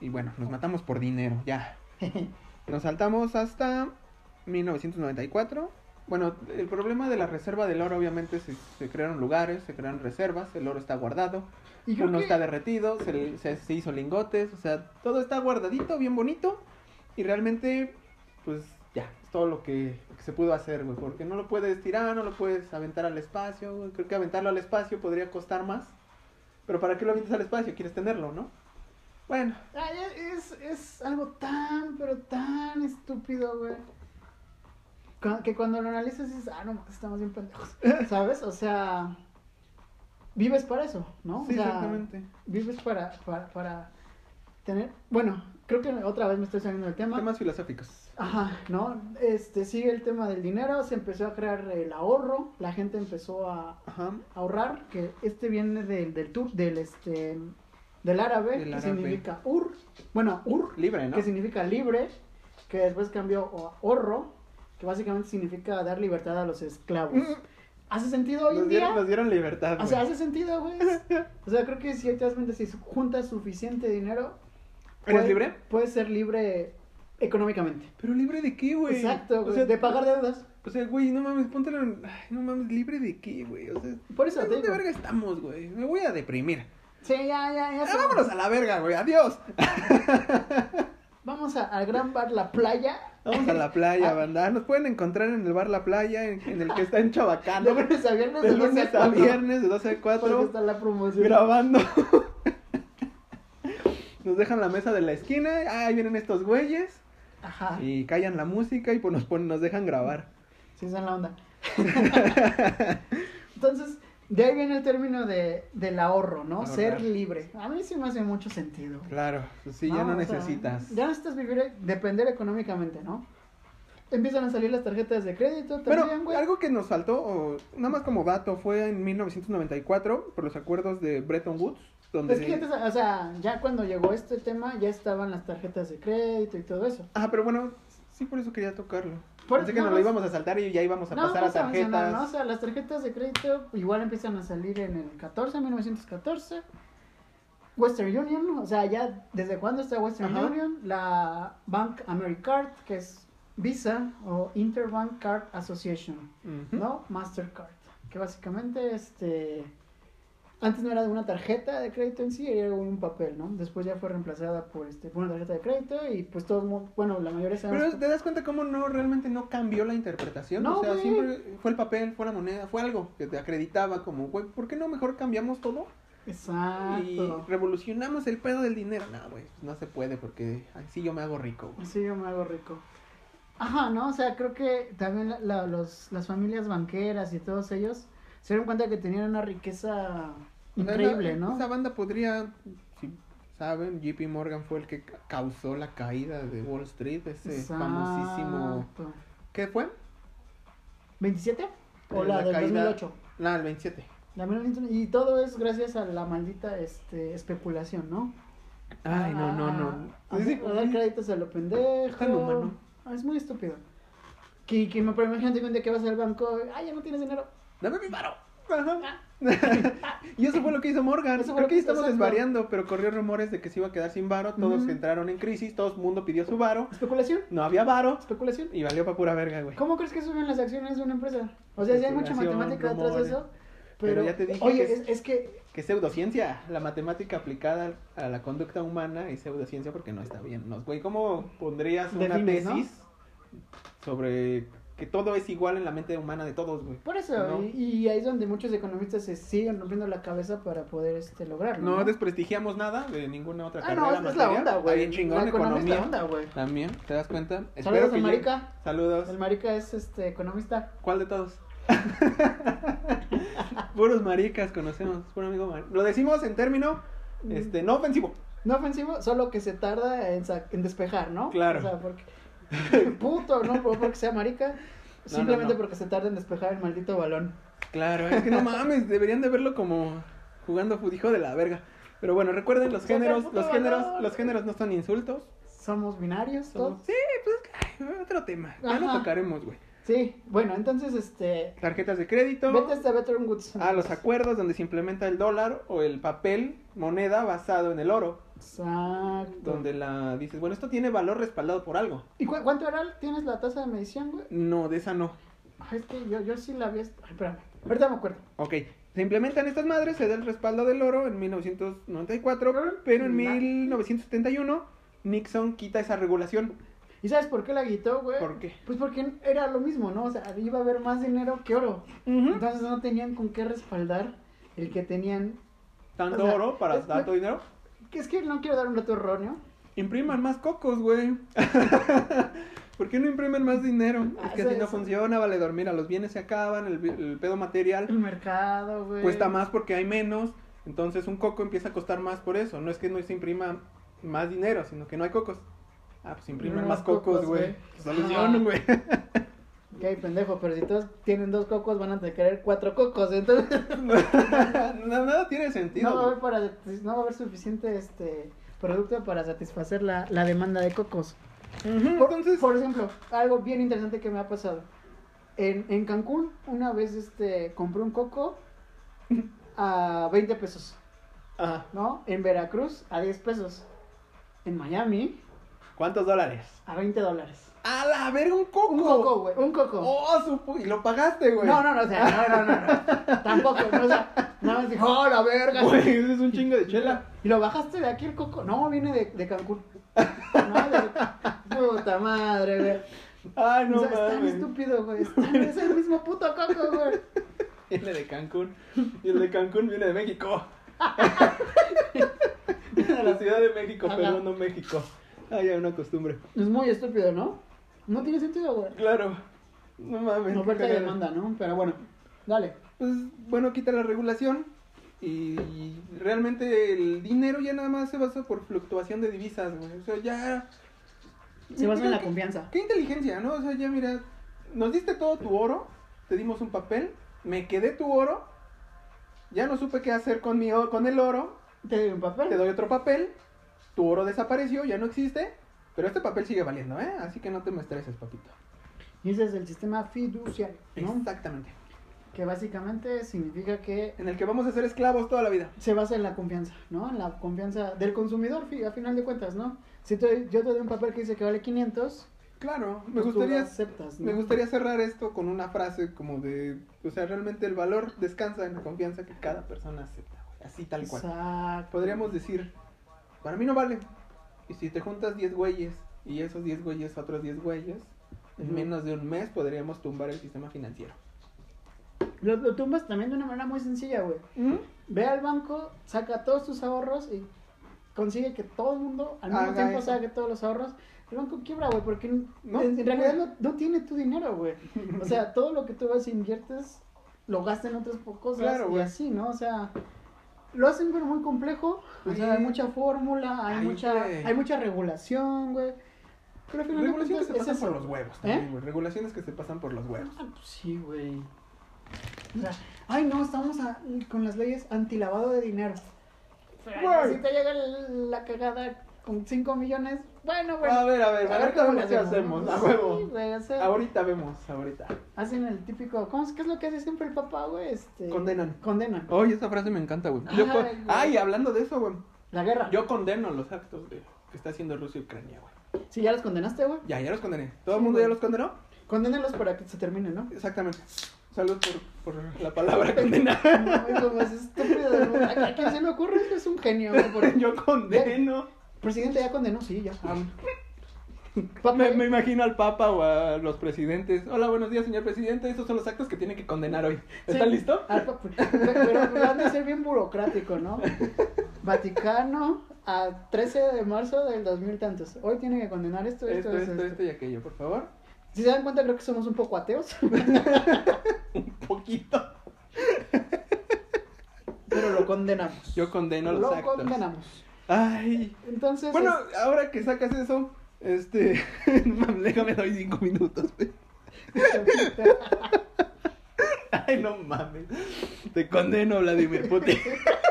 Speaker 1: Y bueno, nos matamos por dinero, ya. Nos saltamos hasta 1994. Bueno, el problema de la reserva del oro, obviamente, se, se crearon lugares, se crearon reservas, el oro está guardado,
Speaker 2: Y creo
Speaker 1: uno
Speaker 2: que-
Speaker 1: está derretido, se, le- se, se hizo lingotes, o sea, todo está guardadito, bien bonito, y realmente, pues ya, es todo lo que, lo que se pudo hacer, güey, porque no lo puedes tirar, no lo puedes aventar al espacio, güey, creo que aventarlo al espacio podría costar más, pero ¿para qué lo avientas al espacio? Quieres tenerlo, ¿no? Bueno,
Speaker 2: Ay, es, es algo tan, pero tan estúpido, güey. Cu- Que cuando lo analizas dices, ah, no, estamos bien pendejos. ¿Sabes? O sea, vives para eso, ¿no? O
Speaker 1: sí,
Speaker 2: sea,
Speaker 1: exactamente.
Speaker 2: Vives para, para, para tener... Bueno, creo que otra vez me estoy saliendo del tema.
Speaker 1: Temas filosóficos.
Speaker 2: Ajá, ¿no? Este, sigue el tema del dinero, se empezó a crear el ahorro, la gente empezó a
Speaker 1: Ajá.
Speaker 2: ahorrar, que este viene del, del tur, del este, del árabe,
Speaker 1: Del
Speaker 2: que
Speaker 1: árabe.
Speaker 2: significa ur, bueno, ur,
Speaker 1: Libre, ¿no?
Speaker 2: que significa libre, que después cambió a horro, que básicamente significa dar libertad a los esclavos.
Speaker 1: Mm,
Speaker 2: ¿Hace sentido hoy en
Speaker 1: Nos dieron,
Speaker 2: día?
Speaker 1: nos dieron libertad.
Speaker 2: O sea,
Speaker 1: güey.
Speaker 2: hace sentido, güey. O sea, creo que si te das cuenta, si juntas suficiente dinero...
Speaker 1: ¿Eres
Speaker 2: puedes-
Speaker 1: libre?
Speaker 2: Puedes ser libre económicamente.
Speaker 1: Pero libre de qué, güey.
Speaker 2: Exacto, güey.
Speaker 1: O sea,
Speaker 2: de pagar deudas.
Speaker 1: O sea, güey, no mames, póntelo en... Ay, no mames, libre de qué, güey. O sea,
Speaker 2: Por eso
Speaker 1: ¿en
Speaker 2: te
Speaker 1: dónde
Speaker 2: digo.
Speaker 1: verga estamos, güey? Me voy a deprimir.
Speaker 2: Sí, ya, ya, ya.
Speaker 1: Ah,
Speaker 2: se-
Speaker 1: vámonos a la verga, güey. Adiós.
Speaker 2: Vamos a- al gran bar La Playa.
Speaker 1: Vamos a la playa,
Speaker 2: Ah.
Speaker 1: banda. Nos pueden encontrar en el bar La Playa, en, en el que está en
Speaker 2: De
Speaker 1: Chabacano.
Speaker 2: lunes a
Speaker 1: Ah,
Speaker 2: viernes.
Speaker 1: De
Speaker 2: doce
Speaker 1: lunes a
Speaker 2: cuatro,
Speaker 1: viernes, de 12 a
Speaker 2: Porque
Speaker 1: 4,
Speaker 2: está la promoción.
Speaker 1: grabando. Nos dejan la mesa de la esquina. Ah, ahí vienen estos güeyes.
Speaker 2: Ajá. Sí.
Speaker 1: Y callan la música y pues nos, ponen, nos dejan grabar.
Speaker 2: esa es la onda. Entonces, de ahí viene el término de, del ahorro, ¿no?
Speaker 1: Ahorrar.
Speaker 2: Ser libre. A mí sí me hace mucho sentido.
Speaker 1: Claro, pues sí, ya no,
Speaker 2: Ah, o sea,
Speaker 1: necesitas.
Speaker 2: ya necesitas vivir, eh, depender económicamente, ¿no? Empiezan a salir las tarjetas de crédito
Speaker 1: Bueno,
Speaker 2: también, güey.
Speaker 1: algo que nos faltó, o, nada más como dato, fue en 1994 por los acuerdos de Bretton Woods, donde...
Speaker 2: Es que antes, o sea, ya cuando llegó este tema, ya estaban las tarjetas de crédito y todo eso.
Speaker 1: Ah, pero bueno, Sí, por eso quería tocarlo.
Speaker 2: Por-
Speaker 1: Pensé que
Speaker 2: no,
Speaker 1: nos
Speaker 2: no
Speaker 1: lo
Speaker 2: sé.
Speaker 1: íbamos a saltar y ya íbamos a pasar a
Speaker 2: vamos mencionar,
Speaker 1: tarjetas.
Speaker 2: ¿no? O sea, las tarjetas de crédito igual empiezan a salir en el 14, 1914. Western Union, o sea, ya desde cuándo está Western
Speaker 1: Ajá.
Speaker 2: Union, la Bank Americard, que es Visa o Interbank Card Association,
Speaker 1: Ujú.
Speaker 2: ¿no? Mastercard, que básicamente este antes no era de una tarjeta de crédito en sí, era un papel, ¿no? Después ya fue reemplazada por este por una tarjeta de crédito y pues todo el mundo, bueno, la mayoría sabemos
Speaker 1: Pero te das cuenta cómo no realmente no cambió la interpretación. o
Speaker 2: No,
Speaker 1: sea,
Speaker 2: güey.
Speaker 1: siempre fue el papel, fue la moneda, fue algo que te acreditaba como, güey, ¿por qué no mejor cambiamos todo? Y
Speaker 2: Exacto.
Speaker 1: revolucionamos el pedo del dinero. No, güey, pues no se puede porque así yo me hago rico. güey.
Speaker 2: Sí, yo me hago rico. Ajá, ¿no? O sea, creo que también la- la- los, las familias banqueras y todos ellos se dieron cuenta que tenían una riqueza
Speaker 1: O sea,
Speaker 2: increíble,
Speaker 1: la-
Speaker 2: ¿no?
Speaker 1: eh, Esa banda podría, si saben, JP Morgan fue el que ca- causó la caída de Wall Street, ese famosísimo...
Speaker 2: Exacto.
Speaker 1: ¿Qué fue?
Speaker 2: ¿27? O
Speaker 1: Eh,
Speaker 2: la,
Speaker 1: la
Speaker 2: del
Speaker 1: caída-
Speaker 2: 2008.
Speaker 1: Nada, el 27.
Speaker 2: La 1900 y todo es gracias a la maldita este, especulación, ¿no?
Speaker 1: Ay, no, no, no.
Speaker 2: A, a- a dar créditos a lo pendejo.
Speaker 1: Tan humano.
Speaker 2: Ah, Es muy estúpido. Que, que me pero imagínate que un día que vas al banco, ay, ya no tienes dinero.
Speaker 1: Dame mi paro. y eso fue lo que hizo Morgan.
Speaker 2: Eso fue
Speaker 1: Creo
Speaker 2: lo
Speaker 1: que
Speaker 2: que-
Speaker 1: estamos
Speaker 2: exacto.
Speaker 1: desvariando, pero corrió rumores de que se iba a quedar sin varo. Todos
Speaker 2: Ujú.
Speaker 1: entraron en crisis, todo el mundo pidió su varo.
Speaker 2: Especulación,
Speaker 1: No había varo
Speaker 2: especulación.
Speaker 1: y valió para pura verga, güey.
Speaker 2: ¿Cómo crees que suben las acciones de una empresa? O sea, sí hay mucha
Speaker 1: Especulación,
Speaker 2: matemática detrás de
Speaker 1: rumores.
Speaker 2: eso. Pero,
Speaker 1: Pero ya te dije
Speaker 2: Oye,
Speaker 1: que es-
Speaker 2: es, es que.
Speaker 1: Que pseudociencia, la matemática aplicada a la conducta humana es pseudociencia porque no está bien. No, güey, ¿cómo pondrías una
Speaker 2: Defines, ¿no?
Speaker 1: tesis sobre que todo es igual en la mente humana de todos, güey?
Speaker 2: Por eso,
Speaker 1: No.
Speaker 2: y, y ahí es donde muchos economistas se siguen rompiendo la cabeza para poder este, lograrlo.
Speaker 1: No desprestigiamos nada de ninguna otra
Speaker 2: Ah,
Speaker 1: carrera.
Speaker 2: no, esa es la
Speaker 1: materia.
Speaker 2: onda,
Speaker 1: Está
Speaker 2: güey.
Speaker 1: bien chingón,
Speaker 2: La economía es la
Speaker 1: economía.
Speaker 2: onda, güey.
Speaker 1: También, ¿te das cuenta?
Speaker 2: Saludos al
Speaker 1: que lleguen-
Speaker 2: Marica.
Speaker 1: Saludos.
Speaker 2: El marica es este economista.
Speaker 1: ¿Cuál de todos? Puros maricas conocemos, puro amigo mar- Lo decimos en término este, no ofensivo.
Speaker 2: No ofensivo, solo que se tarda en, sa- en despejar, ¿no?
Speaker 1: Claro.
Speaker 2: O sea, porque. Puto, no por- porque sea marica. Simplemente
Speaker 1: no.
Speaker 2: porque se tarda en despejar el maldito balón.
Speaker 1: Claro, es que no mames, deberían de verlo como jugando fut- hijo de la verga. Pero bueno, recuerden los
Speaker 2: Saca el
Speaker 1: géneros,
Speaker 2: puto
Speaker 1: los géneros,
Speaker 2: balón.
Speaker 1: los géneros no son insultos.
Speaker 2: Somos binarios,
Speaker 1: son-
Speaker 2: todos.
Speaker 1: Sí, pues ay, otro tema. Ya lo
Speaker 2: Ajá.
Speaker 1: tocaremos, güey.
Speaker 2: Sí, bueno, entonces este.
Speaker 1: Tarjetas de crédito.
Speaker 2: Vete este hasta Veteran Woods.
Speaker 1: A los acuerdos donde se implementa el dólar o el papel, moneda basado en el oro,
Speaker 2: Exacto.
Speaker 1: donde la dices, bueno, esto tiene valor respaldado por algo.
Speaker 2: ¿Y cu- cuánto era? ¿Tienes la tasa de medición, güey?
Speaker 1: No, de esa no.
Speaker 2: Ay, es que yo, yo sí la vi. est- Ay, espérame. Ahorita me acuerdo.
Speaker 1: Ok, se implementan estas madres, se da el respaldo del oro en
Speaker 2: Ah,
Speaker 1: 1994, pero en
Speaker 2: Na-
Speaker 1: 1971 Nixon quita esa regulación.
Speaker 2: ¿Y sabes por qué la quitó, güey?
Speaker 1: ¿Por qué?
Speaker 2: Pues porque era lo mismo, ¿no? O sea, iba a haber más dinero que oro. Entonces no tenían con qué respaldar el que tenían.
Speaker 1: Tanto
Speaker 2: o sea,
Speaker 1: oro para
Speaker 2: es-
Speaker 1: tanto dinero.
Speaker 2: Que es que no quiero dar un dato erróneo.
Speaker 1: Impriman más cocos, güey. ¿Por qué no imprimen más dinero?
Speaker 2: Ah,
Speaker 1: Es que
Speaker 2: eso-
Speaker 1: así no
Speaker 2: eso.
Speaker 1: funciona, vale dormir, a los bienes se acaban, el, el pedo material.
Speaker 2: El mercado, güey.
Speaker 1: cuesta más porque hay menos, entonces un coco empieza a costar más por eso. No es que no se imprima más dinero, sino que no hay cocos. Ah, pues imprimen
Speaker 2: No,
Speaker 1: más
Speaker 2: más
Speaker 1: cocos,
Speaker 2: cocos,
Speaker 1: güey.
Speaker 2: güey.
Speaker 1: Solución,
Speaker 2: Ah.
Speaker 1: güey.
Speaker 2: Ok, pendejo, pero si todos tienen dos cocos, van a querer cuatro cocos. Entonces
Speaker 1: No, nada tiene sentido.
Speaker 2: no va a
Speaker 1: güey.
Speaker 2: haber, para, no va a haber suficiente este producto para satisfacer la, la demanda de cocos.
Speaker 1: Ujú,
Speaker 2: Por,
Speaker 1: entonces,
Speaker 2: por ejemplo, algo bien interesante que me ha pasado. En, en Cancún, una vez este, compré un coco a 20 pesos,
Speaker 1: ajá,
Speaker 2: ¿no? En Veracruz, a 10 pesos. En Miami,
Speaker 1: ¿cuántos dólares?
Speaker 2: a 20 dólares.
Speaker 1: A la verga, un coco.
Speaker 2: Un coco, güey, un coco.
Speaker 1: Oh, su pu- y lo pagaste, güey.
Speaker 2: No, no, no, o sea, no, no, no, no. Tampoco, no, o sea, nada más dijo, ¡oh, la verga!
Speaker 1: Güey, ese es un chingo de chela.
Speaker 2: ¿Y lo bajaste de aquí el coco? No, viene de, de Cancún. No, de... Puta madre, güey.
Speaker 1: Ay, no
Speaker 2: o sea, es tan
Speaker 1: mames.
Speaker 2: estúpido, güey. Es, tan- es el mismo puto coco, güey.
Speaker 1: Viene de Cancún. Y el de Cancún viene de México. De la Ciudad de México,
Speaker 2: Ajá.
Speaker 1: pero no México. Ay, hay una costumbre.
Speaker 2: Es muy estúpido, ¿no? No tiene sentido, güey.
Speaker 1: Claro. No mames.
Speaker 2: Oferta y
Speaker 1: qué cagada.
Speaker 2: demanda, ¿no? Pero bueno, dale.
Speaker 1: Pues bueno, quita la regulación y realmente el dinero ya nada más se basa por fluctuación de divisas, güey. O sea, ya...
Speaker 2: Se basa en
Speaker 1: Mira,
Speaker 2: la
Speaker 1: qué-
Speaker 2: confianza.
Speaker 1: Qué inteligencia, ¿no? O sea, ya mira, nos diste todo tu oro, te dimos un papel, me quedé tu oro, ya no supe qué hacer con, mi, o- con el oro,
Speaker 2: Te doy un papel.
Speaker 1: te doy otro papel, tu oro desapareció, ya no existe, Pero este papel sigue valiendo, ¿eh? Así que no te me estreses, papito.
Speaker 2: Y ese es el sistema fiduciario, ¿no?
Speaker 1: Exactamente.
Speaker 2: Que básicamente significa que
Speaker 1: En el que vamos a ser esclavos toda la vida.
Speaker 2: se basa en la confianza, ¿no? En la confianza del consumidor, fi- a final de cuentas, ¿no? Si te- yo te doy un papel que dice que vale 500,
Speaker 1: Claro, me
Speaker 2: pues tú lo
Speaker 1: gustaría
Speaker 2: aceptas, ¿no?
Speaker 1: Me gustaría cerrar esto con una frase como de, o sea, realmente el valor descansa en la confianza que cada persona acepta, güey, así tal cual.
Speaker 2: Exacto.
Speaker 1: Podríamos decir, para mí no vale. Y si te juntas 10 güeyes y esos 10 güeyes a otros 10 güeyes,
Speaker 2: Ujú.
Speaker 1: en menos de un mes podríamos tumbar el sistema financiero.
Speaker 2: Lo, lo tumbas también de una manera muy sencilla, güey. Ve al banco, saca todos tus ahorros y consigue que todo el mundo al mismo
Speaker 1: Haga
Speaker 2: tiempo
Speaker 1: eso.
Speaker 2: saque todos los ahorros. El banco quiebra, güey, porque
Speaker 1: No,
Speaker 2: en, en realidad
Speaker 1: güey.
Speaker 2: no, no tiene tu dinero, güey. O sea, todo lo que tú vas e inviertes lo gastas en otras po- cosas
Speaker 1: Claro,
Speaker 2: y
Speaker 1: güey.
Speaker 2: así, ¿no? O sea, lo hacen pero muy complejo. O sea,
Speaker 1: Sí.
Speaker 2: hay mucha fórmula, hay
Speaker 1: Ay,
Speaker 2: mucha
Speaker 1: güey.
Speaker 2: hay mucha regulación, güey. Pero al final de
Speaker 1: Regulaciones que se pasan
Speaker 2: cuentas, es
Speaker 1: por
Speaker 2: eso.
Speaker 1: los huevos
Speaker 2: ¿Eh?
Speaker 1: también, güey, Regulaciones que se pasan por los huevos.
Speaker 2: Ah, pues sí, güey. O sea, ay, no, estamos a- con las leyes antilavado de dinero. Pero, ay,
Speaker 1: Güey.
Speaker 2: Si te llega el- la cagada con 5 millones, bueno, Ah, bueno.
Speaker 1: A ver, Pues, a ver, ahorita
Speaker 2: cómo
Speaker 1: vemos qué
Speaker 2: le hacemos,
Speaker 1: hacemos,
Speaker 2: ¿no?
Speaker 1: a
Speaker 2: Sí,
Speaker 1: huevo.
Speaker 2: güey, o sea,
Speaker 1: Ahorita vemos, ahorita.
Speaker 2: hacen el típico, ¿cómo es, ¿qué es lo que hace siempre el papá, güey? Este,
Speaker 1: Condenan. Oh.
Speaker 2: Condenan.
Speaker 1: Oye, esa frase me encanta, güey. Yo
Speaker 2: Ay,
Speaker 1: con-
Speaker 2: güey.
Speaker 1: Ay, hablando de eso, güey.
Speaker 2: La guerra.
Speaker 1: Yo condeno los actos de, que está haciendo Rusia y Ucrania, güey.
Speaker 2: Si ya los condenaste, güey,
Speaker 1: Ya, ya los condené. ¿Todo el
Speaker 2: Sí,
Speaker 1: mundo
Speaker 2: güey.
Speaker 1: ya los condenó?
Speaker 2: condénalos para que se termine, ¿no?
Speaker 1: Exactamente. Salud por, por la palabra condenar.
Speaker 2: No, es lo más estúpido del mundo. ¿A a quién se le ocurre? Es un genio, güey. por-
Speaker 1: Yo condeno.
Speaker 2: Presidente ya condenó, sí, ya.
Speaker 1: Ah, Me, me imagino al Papa o a los presidentes. Hola, buenos días, señor presidente. Estos son los actos que tienen que condenar hoy. ¿Está
Speaker 2: Sí.
Speaker 1: listo?
Speaker 2: Ah, pa- Pero han de ser bien burocrático, ¿no? Vaticano a 13 de marzo del 2000 tantos. Hoy tiene que condenar esto,
Speaker 1: Esto,
Speaker 2: esto, esto.
Speaker 1: esto,
Speaker 2: esto.
Speaker 1: esto y aquello, por favor.
Speaker 2: Si se dan cuenta, creo que somos un poco ateos,
Speaker 1: Un poquito.
Speaker 2: pero lo condenamos.
Speaker 1: Yo condeno los
Speaker 2: lo
Speaker 1: actos.
Speaker 2: condenamos.
Speaker 1: Ay.
Speaker 2: Entonces,
Speaker 1: Bueno,
Speaker 2: es-
Speaker 1: ahora que sacas eso, este. mam, Déjame doy cinco minutos, güey.
Speaker 2: este,
Speaker 1: Ay, no mames. Te condeno, Vladimir Putin.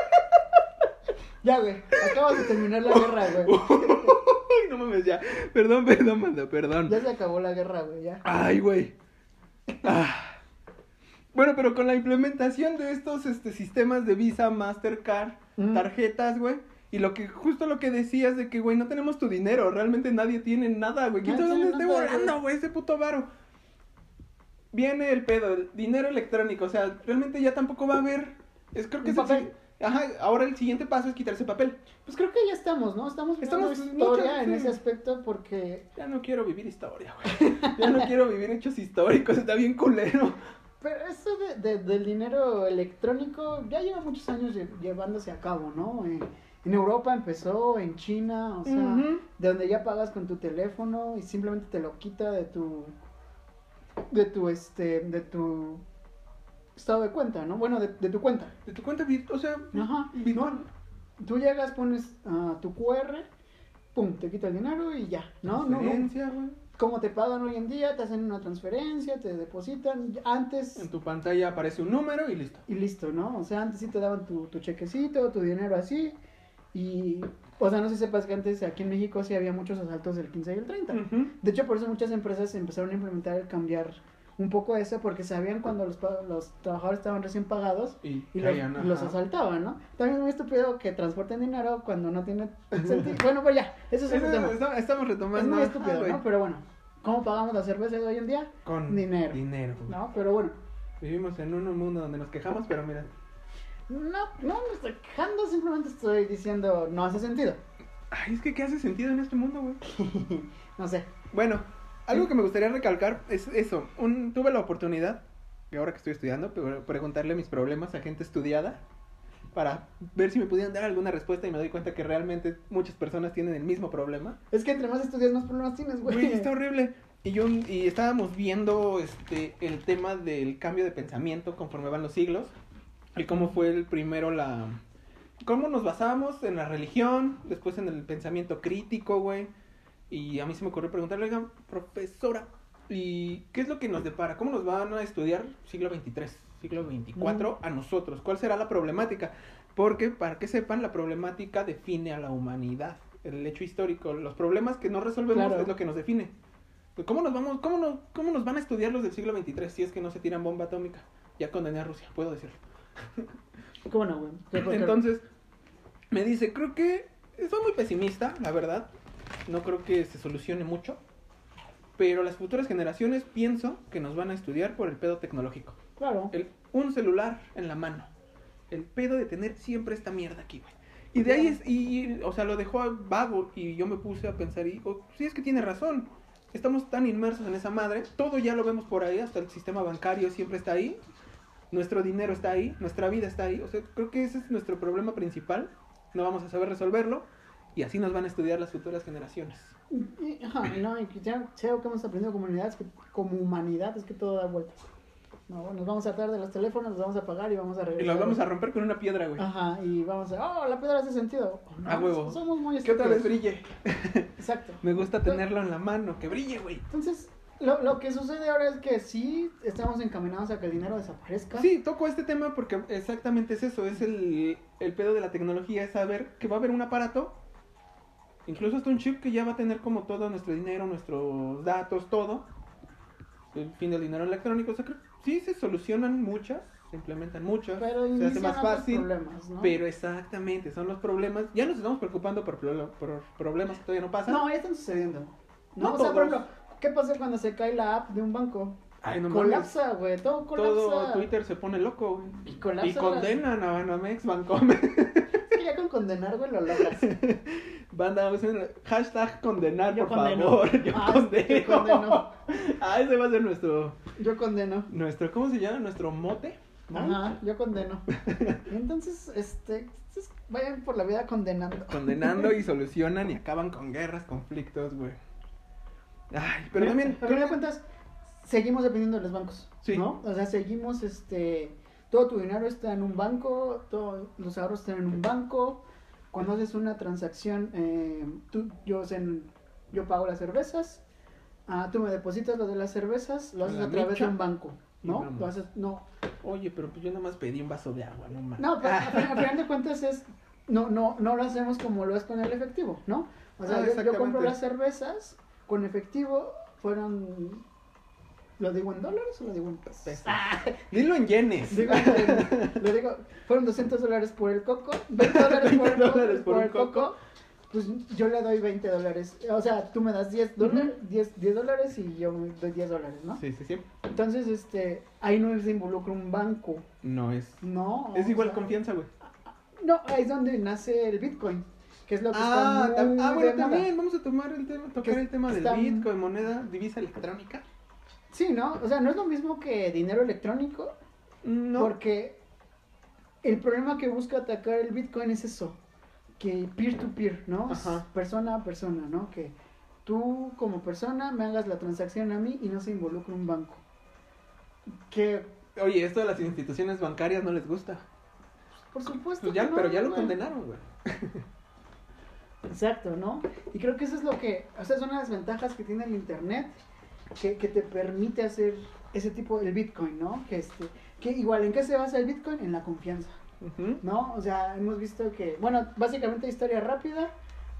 Speaker 2: ya, güey, acabas de terminar la guerra, güey.
Speaker 1: Ay, no mames, ya. Perdón, perdón, manda, perdón.
Speaker 2: Ya se acabó la guerra, güey, ya.
Speaker 1: Ay, güey. Ah. Bueno, pero con la implementación de estos este, sistemas de Visa, Mastercard,
Speaker 2: Mm.
Speaker 1: tarjetas, güey. Y lo que, justo lo que decías de que, güey, no tenemos tu dinero. Realmente nadie tiene nada, güey. ¿Quién
Speaker 2: Nadie
Speaker 1: sabe dónde
Speaker 2: tiene
Speaker 1: esté
Speaker 2: nada,
Speaker 1: volando, güey? Ese puto varo. Viene el pedo, el dinero electrónico. O sea, realmente ya tampoco va a haber. Es creo que
Speaker 2: Un
Speaker 1: es el
Speaker 2: papel.
Speaker 1: si- Ajá, ahora el siguiente paso es quitarse papel.
Speaker 2: Pues creo que ya estamos, ¿no? Estamos viendo
Speaker 1: Estamos
Speaker 2: historia
Speaker 1: mucho,
Speaker 2: en
Speaker 1: sí.
Speaker 2: ese aspecto porque...
Speaker 1: Ya no quiero vivir historia, güey. Ya no quiero vivir hechos históricos. Está bien culero.
Speaker 2: Pero eso de, de- del dinero electrónico ya lleva muchos años lle- llevándose a cabo, ¿no? En, en Europa empezó, en China, o sea,
Speaker 1: Ujú.
Speaker 2: de donde ya pagas con tu teléfono y simplemente te lo quita de tu de tu este de tu estado de cuenta, ¿no? Bueno, de, de tu cuenta.
Speaker 1: De tu cuenta virtual, o sea,
Speaker 2: Ajá.
Speaker 1: virtual.
Speaker 2: Tú llegas, pones ah, tu QR, pum, te quita el dinero y ya, ¿no? No, no.
Speaker 1: Transferencia, güey.
Speaker 2: Como te pagan hoy en día, te hacen una transferencia, te depositan. Antes
Speaker 1: En tu pantalla aparece un número y listo.
Speaker 2: y listo, ¿no? O sea, antes sí te daban tu, tu chequecito, tu dinero así. Y, o sea, no sé si sepas que antes aquí en México sí había muchos asaltos del 15 y el 30.
Speaker 1: Ujú.
Speaker 2: De hecho, por eso muchas empresas empezaron a implementar el cambiar un poco eso, porque sabían cuando los, pa- los trabajadores estaban recién pagados
Speaker 1: Y,
Speaker 2: y los,
Speaker 1: caían,
Speaker 2: los
Speaker 1: ajá.
Speaker 2: asaltaban, ¿no? También es muy estúpido que transporten dinero cuando no tiene sentido. bueno, pues ya, eso es
Speaker 1: Eso
Speaker 2: otro tema. Es,
Speaker 1: está- estamos retomando.
Speaker 2: muy
Speaker 1: ajá,
Speaker 2: estúpido,
Speaker 1: güey.
Speaker 2: ¿no? Pero bueno, ¿cómo pagamos las cervezas de hoy en día?
Speaker 1: Con
Speaker 2: Dinero.
Speaker 1: Dinero. güey.
Speaker 2: No, pero bueno.
Speaker 1: Vivimos en un mundo donde nos quejamos, pero mira.
Speaker 2: No, no me estoy quejando, simplemente estoy diciendo no hace sentido.
Speaker 1: Ay, es que ¿qué hace sentido en este mundo, güey?
Speaker 2: No sé.
Speaker 1: Bueno, algo que me gustaría recalcar es eso. Un, tuve la oportunidad, y ahora que estoy estudiando, pre- preguntarle mis problemas a gente estudiada para ver si me pudieran dar alguna respuesta y me doy cuenta que realmente muchas personas tienen el mismo problema.
Speaker 2: Es que entre más estudias, más problemas tienes, güey.
Speaker 1: Güey, está horrible. Y yo y estábamos viendo este el tema del cambio de pensamiento conforme van los siglos y cómo fue el primero la cómo nos basábamos en la religión, después en el pensamiento crítico, güey. Y a mí se me ocurrió preguntarle, "Oiga, profesora, ¿y qué es lo que nos depara? ¿Cómo nos van a estudiar siglo 23, siglo 24 a nosotros? ¿Cuál será la problemática? Porque para que sepan, la problemática define a la humanidad el hecho histórico, los problemas que no resolvemos
Speaker 2: Claro.
Speaker 1: es lo que nos define. Pues, ¿Cómo nos vamos, cómo, no, cómo nos van a estudiar los del siglo XXIII si es que no se tiran bomba atómica? Ya condené a Rusia, puedo decirlo.
Speaker 2: ¿Cómo no, güey? Ya, porque-
Speaker 1: Entonces, me dice, creo que soy muy pesimista, la verdad. No creo que se solucione mucho. Pero las futuras generaciones pienso que nos van a estudiar por el pedo tecnológico.
Speaker 2: Claro.
Speaker 1: El, un celular en la mano. El pedo de tener siempre esta mierda aquí, güey. Y de ahí es, y, o sea, lo dejó vago y yo me puse a pensar y, oh, sí, es que tiene razón. Estamos tan inmersos en esa madre, todo ya lo vemos por ahí, hasta el sistema bancario siempre está ahí, nuestro dinero está ahí, nuestra vida está ahí. O sea, creo que ese es nuestro problema principal, no vamos a saber resolverlo y así nos van a estudiar las futuras generaciones.
Speaker 2: Y- Ajá, y no, y que ya sé que hemos aprendido como humanidad, es que como humanidad es que todo da vueltas. No, nos vamos a atar de los teléfonos, los vamos a apagar y vamos a
Speaker 1: Y
Speaker 2: regresar.
Speaker 1: los vamos a romper con una piedra, güey.
Speaker 2: Ajá, y vamos a. ¡Oh, la piedra hace sentido! Oh, no,
Speaker 1: A huevo.
Speaker 2: Somos muy
Speaker 1: Que otra vez
Speaker 2: estúpidos.
Speaker 1: brille.
Speaker 2: Exacto.
Speaker 1: Me gusta tenerlo en la mano, que brille, güey.
Speaker 2: Entonces, lo, lo que sucede ahora es que sí estamos encaminados a que el dinero desaparezca.
Speaker 1: Sí, toco este tema porque exactamente es eso, es el, el pedo de la tecnología, es saber que va a haber un aparato, incluso hasta un chip que ya va a tener como todo nuestro dinero, nuestros datos, todo, el fin del dinero electrónico, o sea, creo- sí se solucionan muchas, se implementan muchas,
Speaker 2: Pero
Speaker 1: se hace
Speaker 2: inician
Speaker 1: más
Speaker 2: otros
Speaker 1: fácil,
Speaker 2: problemas, ¿no?
Speaker 1: pero exactamente, son los problemas, ya nos estamos preocupando por, prolo- por problemas que todavía no pasan.
Speaker 2: No, ya están sucediendo. No,
Speaker 1: No
Speaker 2: o sea,
Speaker 1: todos.
Speaker 2: por ejemplo, ¿qué pasa cuando se cae la app de un banco?
Speaker 1: Ay, no mames,
Speaker 2: colapsa, güey, todo colapsa.
Speaker 1: todo Twitter se pone loco, güey.
Speaker 2: Y colapsa.
Speaker 1: Y condenan a Banamex, Bancomer.
Speaker 2: Es que ya con condenar, güey, lo logras.
Speaker 1: Banda, usen hashtag condenar,
Speaker 2: Yo
Speaker 1: por
Speaker 2: condeno.
Speaker 1: favor. Yo
Speaker 2: Ah,
Speaker 1: condeno.
Speaker 2: yo condeno.
Speaker 1: Ah, ese va a ser nuestro,
Speaker 2: Yo condeno.
Speaker 1: nuestro, ¿cómo se llama? Nuestro mote. ¿no?
Speaker 2: Ajá, yo condeno. Entonces, este, entonces, vayan por la vida condenando.
Speaker 1: Condenando y solucionan y acaban con guerras, conflictos, güey. Ay, pero
Speaker 2: Mira,
Speaker 1: también.
Speaker 2: Al final de cuentas, seguimos dependiendo de los bancos.
Speaker 1: Sí.
Speaker 2: ¿No? O sea, seguimos, este. Todo tu dinero está en un banco, todos los ahorros están en un banco. Cuando haces una transacción, eh, tú, yo, o sea, en- yo pago las cervezas. Ah, tú me depositas lo de las cervezas, lo haces
Speaker 1: La
Speaker 2: a través
Speaker 1: micha.
Speaker 2: de un banco, ¿no?
Speaker 1: Vamos.
Speaker 2: Lo haces, no,
Speaker 1: Oye, pero pues yo nada más pedí un vaso de agua, no más.
Speaker 2: No, pues, pero al al final de cuentas es. No, no, no lo hacemos como lo es con el efectivo, ¿no? O sea,
Speaker 1: Ah,
Speaker 2: yo- yo,
Speaker 1: exactamente.
Speaker 2: compro las cervezas con efectivo, fueron. ¿Lo digo en dólares o lo digo en pesos?
Speaker 1: Dilo en yenes.
Speaker 2: Digo en- lo digo, fueron 200 dólares por el coco, 20 dólares por el
Speaker 1: 20
Speaker 2: coco,
Speaker 1: dólares por
Speaker 2: por
Speaker 1: un
Speaker 2: el coco,
Speaker 1: coco.
Speaker 2: Pues yo le doy 20 dólares. O sea, tú me das 10 dólares, 10, 10 dólares y yo me doy 10 dólares, ¿no?
Speaker 1: Sí, sí, sí.
Speaker 2: Entonces, este, ahí no se involucra un banco,
Speaker 1: No es.
Speaker 2: ¿no?
Speaker 1: Es
Speaker 2: O
Speaker 1: igual
Speaker 2: sea, pues,
Speaker 1: confianza, güey.
Speaker 2: No, ahí es donde nace el Bitcoin, que es lo que
Speaker 1: Ah,
Speaker 2: está
Speaker 1: tam-
Speaker 2: muy
Speaker 1: ah, bueno,
Speaker 2: de moda.
Speaker 1: también vamos a tomar el tema, tocar
Speaker 2: Que
Speaker 1: el tema del
Speaker 2: está-
Speaker 1: Bitcoin, moneda, divisa electrónica.
Speaker 2: Sí, ¿no? O sea, no es lo mismo que dinero electrónico, Mm,
Speaker 1: No.
Speaker 2: porque el problema que busca atacar el Bitcoin es eso, que peer-to-peer, ¿no? Es
Speaker 1: Ajá.
Speaker 2: Persona a persona, ¿no? Que tú como persona me hagas la transacción a mí y no se involucre un banco. Que,
Speaker 1: Oye, esto de las instituciones bancarias no les gusta.
Speaker 2: por supuesto...
Speaker 1: Pues ya,
Speaker 2: que no,
Speaker 1: pero ya lo
Speaker 2: güey.
Speaker 1: condenaron, güey.
Speaker 2: Exacto, ¿no? Y creo que eso es lo que, o sea, es una de las ventajas que tiene el Internet, que, que te permite hacer ese tipo, el Bitcoin, ¿no? Que, este, que igual, ¿en qué se basa el Bitcoin? En la confianza,
Speaker 1: Ujú.
Speaker 2: ¿no? O sea, hemos visto que, bueno, básicamente historia rápida,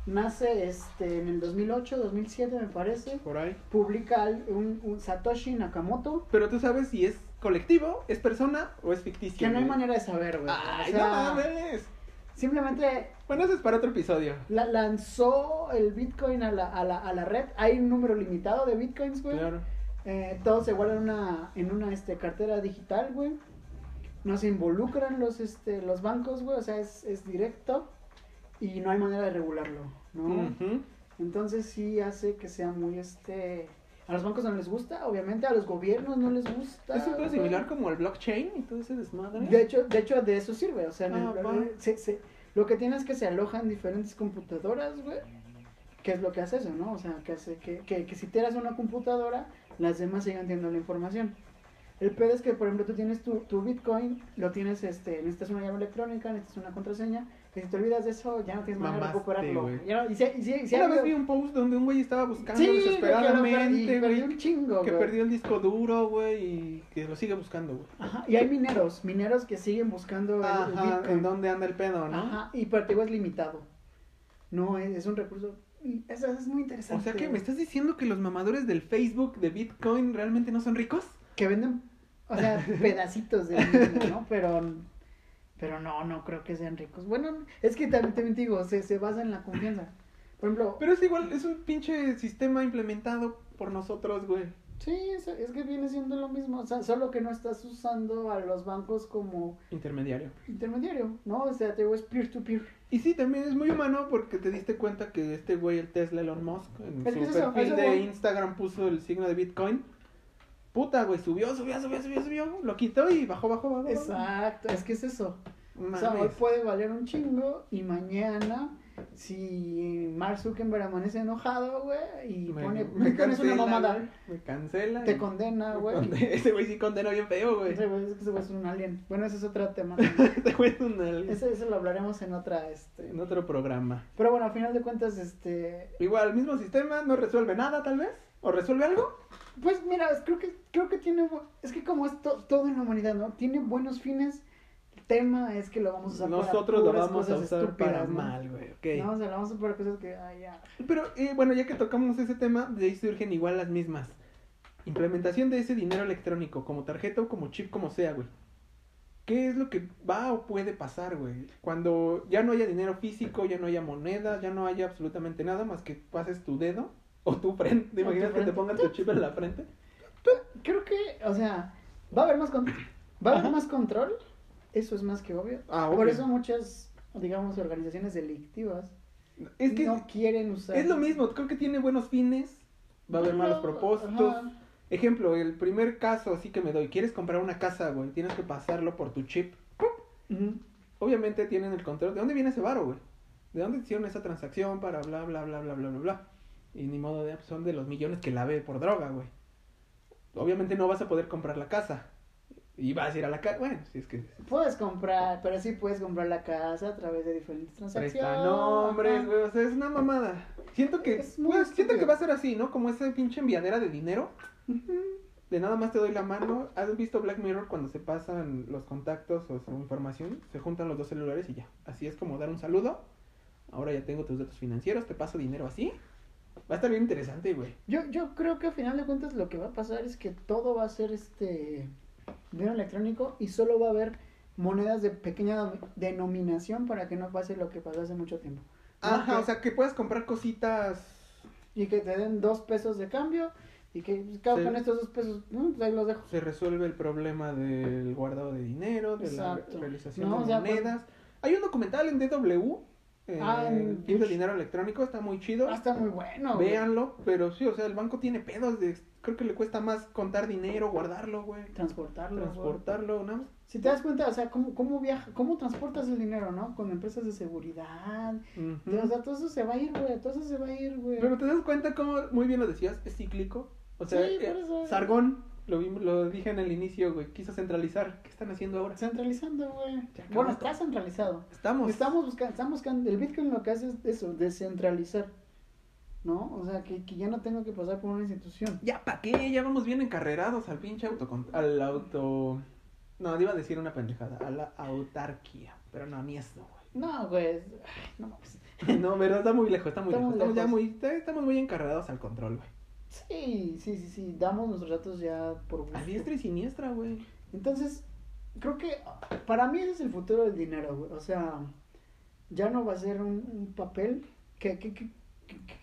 Speaker 2: nace este, en el 2008, 2007 me parece,
Speaker 1: Por ahí.
Speaker 2: publica al- un, un Satoshi Nakamoto,
Speaker 1: Pero tú sabes si es colectivo, es persona o es ficticio.
Speaker 2: que no hay
Speaker 1: güey.
Speaker 2: manera de saber, güey.
Speaker 1: Ay,
Speaker 2: o sea,
Speaker 1: no mames.
Speaker 2: simplemente
Speaker 1: Bueno, eso es para otro episodio.
Speaker 2: La- lanzó el Bitcoin a la, a, la, a la red. Hay un número limitado de Bitcoins, güey.
Speaker 1: Claro.
Speaker 2: Eh, todo se guarda en una, en una este, cartera digital, güey. No se involucran los, este, los bancos, güey. O sea, es, es directo y no hay manera de regularlo, ¿no?
Speaker 1: Ujú.
Speaker 2: Entonces sí hace que sea muy, este... A los bancos no les gusta, obviamente. A los gobiernos no les gusta.
Speaker 1: Es un
Speaker 2: güey.
Speaker 1: poco similar como el blockchain y todo ese desmadre.
Speaker 2: De hecho, de hecho, de eso sirve. O sea, en el-
Speaker 1: Ah, va.
Speaker 2: se- se- lo que tienes es que se alojan diferentes computadoras, güey. Que es lo que hace eso, ¿no? O sea, que hace que, que, que si tienes una computadora, las demás sigan teniendo la información. El pedo es que, por ejemplo, tú tienes tu, tu Bitcoin, lo tienes, este, necesitas una llave electrónica, necesitas una contraseña, que si te olvidas de eso, ya no tienes manera de
Speaker 1: Mamaste,
Speaker 2: recuperarlo.
Speaker 1: güey.
Speaker 2: Ya no- y se- y se- y se ha
Speaker 1: Una vez vi
Speaker 2: habido-
Speaker 1: un post donde un güey estaba buscando
Speaker 2: Sí, güey, que lo per- y
Speaker 1: desesperadamente,
Speaker 2: perdió
Speaker 1: güey.
Speaker 2: un chingo,
Speaker 1: Que
Speaker 2: güey.
Speaker 1: perdió el disco duro, güey, y que lo sigue buscando, güey.
Speaker 2: Ajá, Y hay mineros, mineros que siguen buscando el- el,
Speaker 1: Ajá,
Speaker 2: Bitcoin.
Speaker 1: ¿en dónde anda el pedo, no?
Speaker 2: Ajá, y pero te digo, es limitado. No, es, es un recurso. y Eso, eso es muy
Speaker 1: O
Speaker 2: interesante.
Speaker 1: sea que me
Speaker 2: güey.
Speaker 1: estás diciendo que los mamadores del Facebook de Bitcoin realmente no son ricos.
Speaker 2: Que venden, o sea, pedacitos de mismo, ¿no? Pero, pero no, no creo que sean ricos. Bueno, es que también, también te digo, se, se basa en la confianza. Por ejemplo,
Speaker 1: Pero es igual, es un pinche sistema implementado por nosotros, güey.
Speaker 2: sí, es, es que viene siendo lo mismo, o sea, solo que no estás usando a los bancos como
Speaker 1: Intermediario.
Speaker 2: intermediario, ¿no? O sea, te digo, es peer-to-peer.
Speaker 1: Y sí, también es muy humano porque te diste cuenta que este güey, el Tesla Elon Musk, en
Speaker 2: Es
Speaker 1: su
Speaker 2: que es eso,
Speaker 1: perfil
Speaker 2: eso
Speaker 1: de
Speaker 2: voy.
Speaker 1: Instagram puso el signo de Bitcoin. Puta, güey, subió, subió, subió, subió, subió. Lo quitó y bajó, bajó, bajó. bajó.
Speaker 2: Exacto, es que es eso. O
Speaker 1: Mames.
Speaker 2: sea, hoy puede valer un chingo y mañana, si Mark Zuckerberg amanece enojado, güey, y
Speaker 1: Me-
Speaker 2: pone,
Speaker 1: me
Speaker 2: pones
Speaker 1: cancela,
Speaker 2: una mamada,
Speaker 1: güey. Me cancela.
Speaker 2: te
Speaker 1: y-
Speaker 2: condena,
Speaker 1: me
Speaker 2: güey.
Speaker 1: conde- Ese güey sí condenó bien feo, güey.
Speaker 2: Ese güey- es que ese güey es un alien. Bueno, ese es otro tema. también.
Speaker 1: Este güey es un alien.
Speaker 2: ese, ese lo hablaremos en otra, este.
Speaker 1: En otro programa.
Speaker 2: Pero bueno, al final de cuentas, este.
Speaker 1: Igual, mismo sistema, no resuelve nada, tal vez. ¿O resuelve algo?
Speaker 2: Pues mira, es- creo que, creo que tiene. bu- Es que como es to- todo en la humanidad, ¿no? Tiene buenos fines. El tema es que lo vamos a usar para
Speaker 1: Nosotros lo
Speaker 2: puras
Speaker 1: vamos a
Speaker 2: cosas
Speaker 1: usar para
Speaker 2: estúpidas, ¿no?
Speaker 1: mal, güey. ok.
Speaker 2: No, o sea, lo vamos a usar para cosas que. ay, ya.
Speaker 1: Pero eh, bueno, ya que tocamos ese tema, de ahí surgen igual las mismas. Implementación de ese dinero electrónico, como tarjeta o como chip, como sea, güey. ¿Qué es lo que va o puede pasar, güey? Cuando ya no haya dinero físico, ya no haya monedas, ya no haya absolutamente nada más que pases tu dedo o tu frente. ¿Te
Speaker 2: O tu
Speaker 1: imaginas que te
Speaker 2: frente.
Speaker 1: pongan tu chip en la frente?
Speaker 2: Creo que, o sea, va a haber más, con- va a haber
Speaker 1: Ajá.
Speaker 2: más control. Eso es más que obvio.
Speaker 1: Ah,
Speaker 2: Por eso muchas, digamos, organizaciones delictivas
Speaker 1: Es que
Speaker 2: no quieren usar.
Speaker 1: es lo mismo, creo que tiene buenos fines, va a haber malos
Speaker 2: No,
Speaker 1: propósitos.
Speaker 2: ajá.
Speaker 1: Ejemplo, el primer caso así que me doy, quieres comprar una casa, güey, tienes que pasarlo por tu chip.
Speaker 2: Ujú.
Speaker 1: obviamente tienen el control. ¿De dónde viene ese varo, güey? ¿De dónde hicieron esa transacción para bla, bla, bla, bla, bla, bla, bla? Y ni modo, de, son de los millones que la ve por droga, güey. Obviamente no vas a poder comprar la casa. Y vas a ir a la casa. Bueno, si es que
Speaker 2: Puedes comprar, pero sí puedes comprar la casa a través de diferentes transacciones.
Speaker 1: presta nombres,
Speaker 2: Ajá.
Speaker 1: güey. O sea, es una mamada. Siento que,
Speaker 2: Es muy
Speaker 1: pues, siento
Speaker 2: estúpido.
Speaker 1: que va a ser así, ¿no? Como esa pinche enviadera de dinero.
Speaker 2: Ujú.
Speaker 1: De nada más te doy la mano. ¿Has visto Black Mirror cuando se pasan los contactos o su información? Se juntan los dos celulares y ya. Así es como dar un saludo. Ahora ya tengo tus datos financieros, te paso dinero así. Va a estar bien interesante, güey.
Speaker 2: Yo, yo creo que al final de cuentas lo que va a pasar es que todo va a ser este dinero electrónico y solo va a haber monedas de pequeña dom- denominación para que no pase lo que pasó hace mucho tiempo.
Speaker 1: Ajá,
Speaker 2: Ah, Ok.
Speaker 1: o sea que puedes comprar cositas.
Speaker 2: Y que te den dos pesos de cambio y que pues, claro,
Speaker 1: Sí.
Speaker 2: con estos dos pesos, mm, pues ahí los dejo.
Speaker 1: Se resuelve el problema del guardado de dinero, de
Speaker 2: Exacto.
Speaker 1: la realización
Speaker 2: No,
Speaker 1: de
Speaker 2: o sea, pues-
Speaker 1: monedas. Hay un documental en DW. Eh,
Speaker 2: Ah, en-
Speaker 1: Tips de dinero electrónico, está muy chido.
Speaker 2: Ah, está muy bueno. güey.
Speaker 1: Véanlo, pero sí, o sea, el banco tiene pedos de... Creo que le cuesta más contar dinero, guardarlo, güey.
Speaker 2: Transportarlo. güey.
Speaker 1: transportarlo, nada más.
Speaker 2: Si te das cuenta, o sea, cómo, cómo viaja, cómo transportas el dinero, ¿no? Con empresas de seguridad.
Speaker 1: Ujú.
Speaker 2: O sea, todo eso se va a ir, güey. Todo eso se va a ir, güey.
Speaker 1: Pero te das cuenta cómo muy bien lo decías, es cíclico. O sea,
Speaker 2: Sí, por
Speaker 1: eh,
Speaker 2: eso.
Speaker 1: Sargón, lo, vimos- lo dije en el inicio, güey, quiso centralizar. ¿Qué están haciendo ahora?
Speaker 2: Centralizando, güey.
Speaker 1: Se acabó
Speaker 2: Bueno,
Speaker 1: todo.
Speaker 2: está centralizado.
Speaker 1: Estamos.
Speaker 2: Estamos buscando, estamos buscando. El Bitcoin lo que hace es eso, descentralizar. ¿No? O sea, que, que ya no tengo que pasar por una institución.
Speaker 1: Ya, ¿pa' qué? Ya vamos bien encarrerados al pinche auto... Al auto... No, iba a decir una pendejada, a la autarquía. Pero no, ni eso, güey.
Speaker 2: No, güey. Ay, no mames.
Speaker 1: No, verdad, está muy lejos, está muy
Speaker 2: Estamos
Speaker 1: lejos. Estamos ya
Speaker 2: lejos.
Speaker 1: muy, está- estamos muy encarrerados al control, güey.
Speaker 2: Sí, sí, sí, sí. Damos nuestros datos ya por gusto.
Speaker 1: A diestra y siniestra, güey.
Speaker 2: Entonces, creo que para mí ese es el futuro del dinero, güey. O sea, ya no va a ser un, un papel. Que, que, que, que-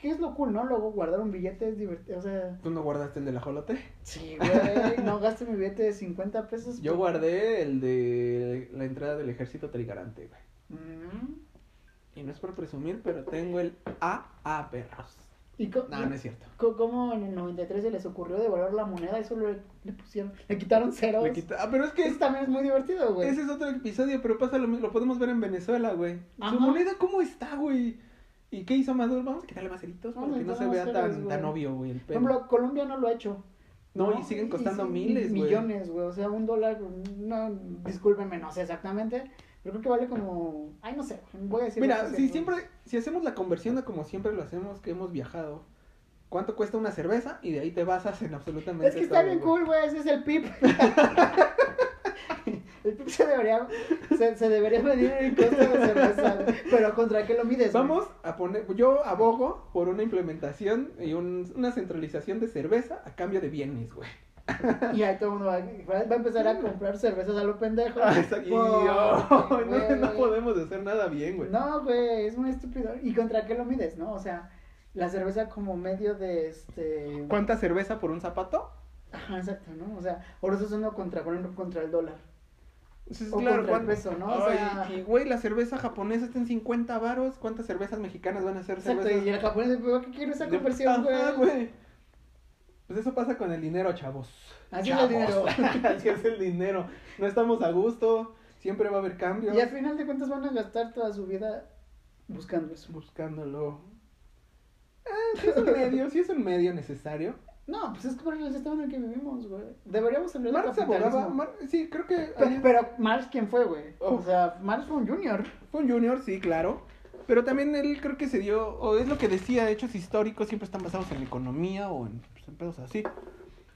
Speaker 2: que es lo cool, ¿no? Luego guardar un billete es divertido. O sea,
Speaker 1: ¿Tú no guardaste el del ajolote?
Speaker 2: sí, güey. no gaste mi billete de 50 pesos.
Speaker 1: Yo guardé el de la entrada del ejército trigarante, güey.
Speaker 2: Mm.
Speaker 1: Y no es por presumir, pero tengo el AA perros.
Speaker 2: ¿Y co-
Speaker 1: No, no es cierto.
Speaker 2: co- cómo en el 93 se les ocurrió devolver la moneda? Eso le, le pusieron. Le quitaron ceros.
Speaker 1: Le quita- Ah, pero es que
Speaker 2: Eso también es muy divertido, güey.
Speaker 1: ese es otro episodio, pero pasa lo mismo. Lo podemos ver en Venezuela, güey.
Speaker 2: Ajá.
Speaker 1: Su moneda, ¿cómo está, güey? ¿Y qué hizo Maduro? Vamos a quitarle más ceritos
Speaker 2: Vamos a
Speaker 1: para que no se
Speaker 2: quitarle
Speaker 1: vea
Speaker 2: más ceros,
Speaker 1: tan,
Speaker 2: güey.
Speaker 1: tan obvio, güey, el
Speaker 2: Por
Speaker 1: pedo.
Speaker 2: ejemplo, Colombia no lo ha hecho.
Speaker 1: No, y siguen costando
Speaker 2: sí,
Speaker 1: miles, güey.
Speaker 2: Millones, güey. O sea, un dólar, no, discúlpenme, no sé exactamente. Pero creo que vale como. Ay, no sé, voy a decir.
Speaker 1: Mira,
Speaker 2: lo que
Speaker 1: si
Speaker 2: sé,
Speaker 1: siempre, si hacemos la conversión a como siempre lo hacemos, que hemos viajado, ¿cuánto cuesta una cerveza? Y de ahí te basas en
Speaker 2: güey.
Speaker 1: absolutamente
Speaker 2: Es que está
Speaker 1: todo,
Speaker 2: bien
Speaker 1: güey.
Speaker 2: cool, güey. Ese es el PIB. el PIB se debería, se se, se debería medir el costo de cerveza, güey. pero ¿contra qué lo mides? güey?
Speaker 1: Vamos a poner, yo abogo por una implementación y un- una centralización de cerveza a cambio de bienes, güey.
Speaker 2: Y ahí todo el mundo va, va- va a empezar a comprar cervezas a lo pendejo.
Speaker 1: Hasta- y- oh, Ah,
Speaker 2: Porque,
Speaker 1: no,
Speaker 2: güey,
Speaker 1: no podemos hacer nada bien, güey.
Speaker 2: No, güey, es muy estúpido. ¿Y contra qué lo mides, no? O sea, la cerveza como medio de este.
Speaker 1: ¿Cuánta cerveza por un zapato?
Speaker 2: Ajá, exacto, ¿no? O sea, ahora eso es uno contra, por ejemplo, contra el dólar.
Speaker 1: Entonces,
Speaker 2: O contra el
Speaker 1: ¿cuán-
Speaker 2: peso, ¿no? O
Speaker 1: Ay,
Speaker 2: sea-
Speaker 1: y güey, la cerveza japonesa está en 50 varos, ¿cuántas cervezas mexicanas van a ser
Speaker 2: Exacto,
Speaker 1: cervezas?
Speaker 2: y el japonés, güey, ¿qué quiero esa
Speaker 1: de-
Speaker 2: conversión,
Speaker 1: Ajá,
Speaker 2: güey?
Speaker 1: Pues eso pasa con el dinero, chavos.
Speaker 2: Así es el dinero.
Speaker 1: Así es el dinero. No estamos a gusto, siempre va a haber cambios.
Speaker 2: Y al final de cuentas van a gastar toda su vida buscando eso.
Speaker 1: Buscándolo. Ah, sí es un medio, sí es un medio necesario.
Speaker 2: No, pues es como el sistema en el que vivimos, güey. Deberíamos hablar
Speaker 1: Marx
Speaker 2: de capitalismo.
Speaker 1: abogaba, Mar- sí, creo que
Speaker 2: Pe-
Speaker 1: ahí-
Speaker 2: Pero Marx, ¿quién fue, güey?
Speaker 1: Oh.
Speaker 2: O sea, Marx fue un junior.
Speaker 1: fue un junior, sí, claro. Pero también él creo que se dio, o es lo que decía, hechos históricos siempre están basados en la economía o en, pues, en pedos así.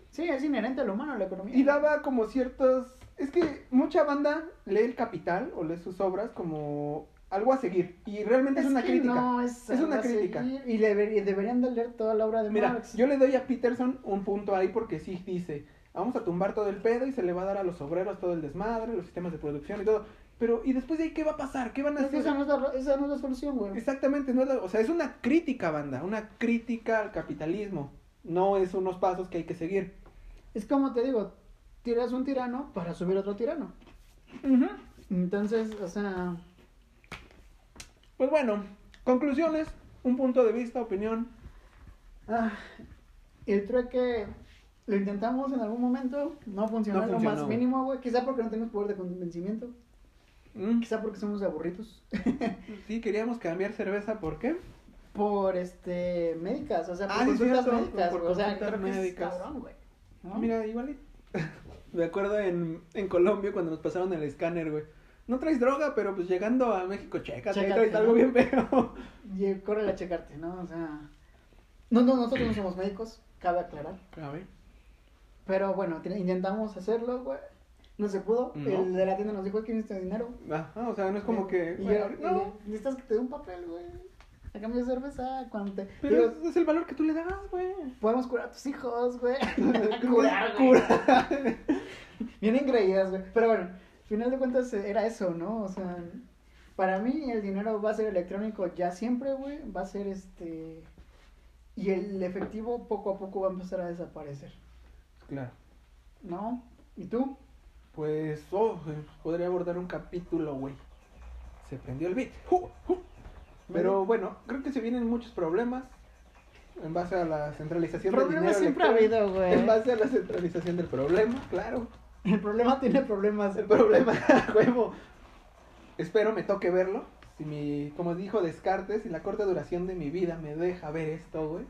Speaker 2: Sí, es inherente a lo humano la economía.
Speaker 1: Y daba como ciertos... Es que mucha banda lee el Capital o lee sus obras como algo a seguir. Y realmente es, una
Speaker 2: que
Speaker 1: crítica.
Speaker 2: No, es,
Speaker 1: Es una
Speaker 2: algo a
Speaker 1: crítica.
Speaker 2: seguir, Y, deber- y deberían de leer toda la obra de
Speaker 1: Mira,
Speaker 2: Marx.
Speaker 1: yo le doy a Peterson un punto ahí porque sí dice, vamos a tumbar todo el pedo y se le va a dar a los obreros todo el desmadre, los sistemas de producción y todo. Pero, ¿y después de ahí qué va a pasar? ¿Qué van a
Speaker 2: Es que
Speaker 1: hacer?
Speaker 2: esa, no es la, esa no es la solución, güey.
Speaker 1: Exactamente, no es la- o sea, es una crítica, banda, una crítica al capitalismo. No es unos pasos que hay que seguir.
Speaker 2: Es como te digo, tiras un tirano para subir otro tirano. Entonces, o sea,
Speaker 1: Pues bueno, conclusiones, un punto de vista, opinión.
Speaker 2: ah, el trueque lo intentamos en algún momento, no funcionó
Speaker 1: No
Speaker 2: lo
Speaker 1: funcionó,
Speaker 2: más
Speaker 1: güey.
Speaker 2: mínimo, güey. Quizá porque no tenemos poder de convencimiento,
Speaker 1: Mm,
Speaker 2: quizá porque somos aburritos.
Speaker 1: Sí, queríamos cambiar cerveza, ¿por qué?
Speaker 2: por este médicas, o sea, por
Speaker 1: Ah, sí,
Speaker 2: consultas
Speaker 1: cierto,
Speaker 2: médicas,
Speaker 1: por
Speaker 2: güey, o sea,
Speaker 1: consultas
Speaker 2: creo que es
Speaker 1: médicas.
Speaker 2: cabrón, güey. ¿no?
Speaker 1: Mira, igual. y- Me acuerdo en, en Colombia cuando nos pasaron el escáner, güey. No traes droga, pero pues llegando a México, chécate, ahí
Speaker 2: Chécate,
Speaker 1: traes
Speaker 2: ¿no?
Speaker 1: algo bien feo.
Speaker 2: Y corre a checarte, ¿no? O sea, no, no, nosotros no somos médicos, cabe aclarar.
Speaker 1: Cabe.
Speaker 2: Pero bueno, te- intentamos hacerlo, güey. No se pudo.
Speaker 1: No.
Speaker 2: El de la tienda nos dijo que necesitas dinero.
Speaker 1: Ajá, o sea, no es como que.
Speaker 2: Y
Speaker 1: bueno,
Speaker 2: yo,
Speaker 1: no,
Speaker 2: y necesitas que te dé un papel, güey. A cambio de cerveza, cuando te.
Speaker 1: pero
Speaker 2: digo,
Speaker 1: es, es el valor que tú le das, güey.
Speaker 2: podemos curar a tus hijos, güey.
Speaker 1: Curar,
Speaker 2: güey. Bien engreídas, güey. Pero bueno, al final de cuentas eh, era eso, ¿no? O sea, para mí el dinero va a ser electrónico ya siempre, güey. Va a ser este. Y el efectivo poco a poco va a empezar a desaparecer,
Speaker 1: Claro.
Speaker 2: ¿no? ¿Y tú?
Speaker 1: Pues, oh, eh, podría abordar un capítulo, güey. Se prendió el beat. ¡Ju! ¡Ju! Pero bueno, creo que se vienen muchos problemas en base a la centralización del
Speaker 2: Problemas
Speaker 1: dinero
Speaker 2: siempre ha
Speaker 1: electrónico,
Speaker 2: habido, güey.
Speaker 1: En base a la centralización del problema, claro.
Speaker 2: El problema tiene problemas.
Speaker 1: El problema, huevo. Espero me toque verlo. Si mi, como dijo Descartes, si la corta duración de mi vida me deja ver esto, güey.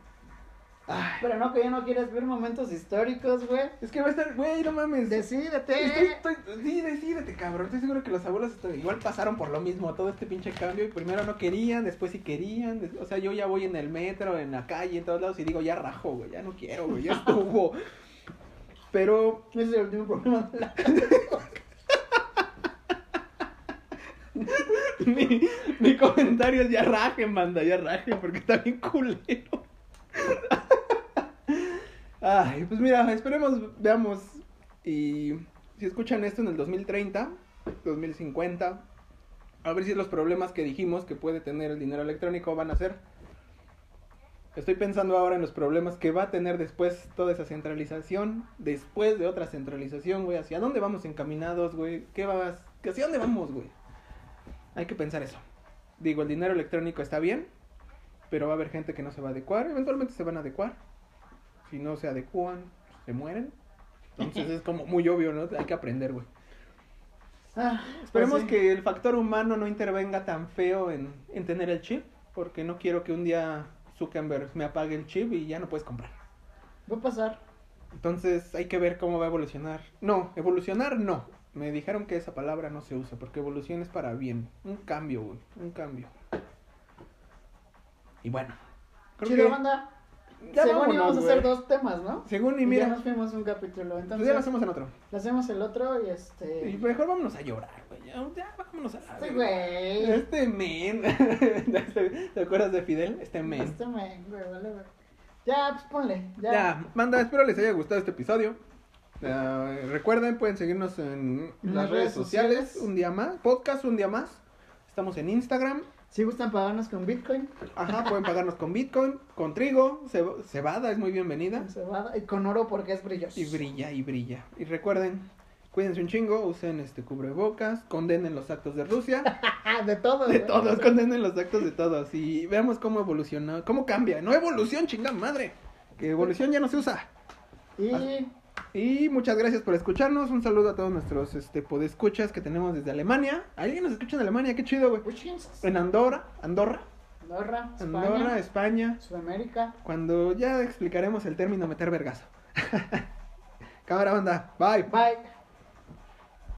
Speaker 1: Ay,
Speaker 2: Pero no, que ya no quieres ver momentos históricos, güey.
Speaker 1: es que va a estar, güey, no mames.
Speaker 2: Decídete.
Speaker 1: Estoy, estoy- sí, decídete, cabrón. Estoy seguro que los abuelos esto- igual pasaron por lo mismo, todo este pinche cambio. Y primero no querían, después sí querían. des- o sea, yo ya voy en el metro, en la calle, en todos lados y digo, ya rajo, güey, ya no quiero, güey, ya estuvo. Pero
Speaker 2: Ese es el último problema de la
Speaker 1: mi, mi comentario es ya raje, manda, ya raje, porque está bien culero. Ay, pues mira, esperemos, veamos. Y si escuchan esto en el 2030, 2050, a ver si los problemas que dijimos que puede tener el dinero electrónico van a ser. Estoy pensando ahora en los problemas que va a tener después toda esa centralización, después de otra centralización, güey. ¿Hacia dónde vamos encaminados, güey? ¿Qué vas? ¿Hacia dónde vamos, güey? Hay que pensar eso. Digo, el dinero electrónico está bien, pero va a haber gente que no se va a adecuar. Eventualmente se van a adecuar. Si no se adecúan, pues, se mueren. Entonces es como muy obvio, ¿no? Hay que aprender, güey.
Speaker 2: Ah,
Speaker 1: Esperemos
Speaker 2: pues sí.
Speaker 1: que el factor humano no intervenga tan feo en, en tener el chip, porque no quiero que un día Zuckerberg me apague el chip y ya no puedes comprar.
Speaker 2: Va a pasar.
Speaker 1: Entonces hay que ver cómo va a evolucionar. No, evolucionar no. Me dijeron que esa palabra no se usa, porque evolución es para bien. Un cambio, güey. Un cambio. Y bueno. Creo
Speaker 2: Chido,
Speaker 1: que
Speaker 2: banda.
Speaker 1: Ya
Speaker 2: Según
Speaker 1: vámonos,
Speaker 2: íbamos a hacer
Speaker 1: güey.
Speaker 2: dos temas, ¿no?
Speaker 1: Según y
Speaker 2: Y
Speaker 1: mira,
Speaker 2: ya nos fuimos un capítulo.
Speaker 1: pues ya lo
Speaker 2: Entonces,
Speaker 1: hacemos en otro.
Speaker 2: lo hacemos el otro y
Speaker 1: Y
Speaker 2: este.
Speaker 1: mejor vámonos a llorar, güey. Ya, ya, vámonos a la
Speaker 2: Este
Speaker 1: verga.
Speaker 2: güey.
Speaker 1: Este men. ¿Te acuerdas de Fidel? Este men.
Speaker 2: Este me, güey, vale, güey. Ya, pues ponle.
Speaker 1: Ya.
Speaker 2: Ya.
Speaker 1: manda, espero les haya gustado este episodio. Eh, recuerden, pueden seguirnos en
Speaker 2: En
Speaker 1: las redes sociales. Un día más. Podcast, un día más. Estamos en Instagram.
Speaker 2: Si gustan pagarnos con Bitcoin,
Speaker 1: Ajá, pueden pagarnos con Bitcoin, con trigo, ceb- cebada es muy bienvenida.
Speaker 2: con cebada, y con oro porque es brilloso.
Speaker 1: Y brilla, y brilla. Y recuerden, cuídense un chingo, usen este cubrebocas, condenen los actos de Rusia,
Speaker 2: Ah, de todo.
Speaker 1: de
Speaker 2: güey.
Speaker 1: todos, condenen los actos de todos. Y veamos cómo evoluciona, cómo cambia. No evolución, chinga madre. Que evolución ya no se usa.
Speaker 2: Y
Speaker 1: Y muchas gracias por escucharnos. Un saludo a todos nuestros este, podescuchas que tenemos desde Alemania. ¿Alguien nos escucha en Alemania? Qué chido, güey.
Speaker 2: Wichens,
Speaker 1: En Andorra, Andorra,
Speaker 2: pues, Andorra, España,
Speaker 1: Andorra, España.
Speaker 2: Sudamérica.
Speaker 1: Cuando ya explicaremos el término meter vergazo. Cámara banda, bye.
Speaker 2: Bye.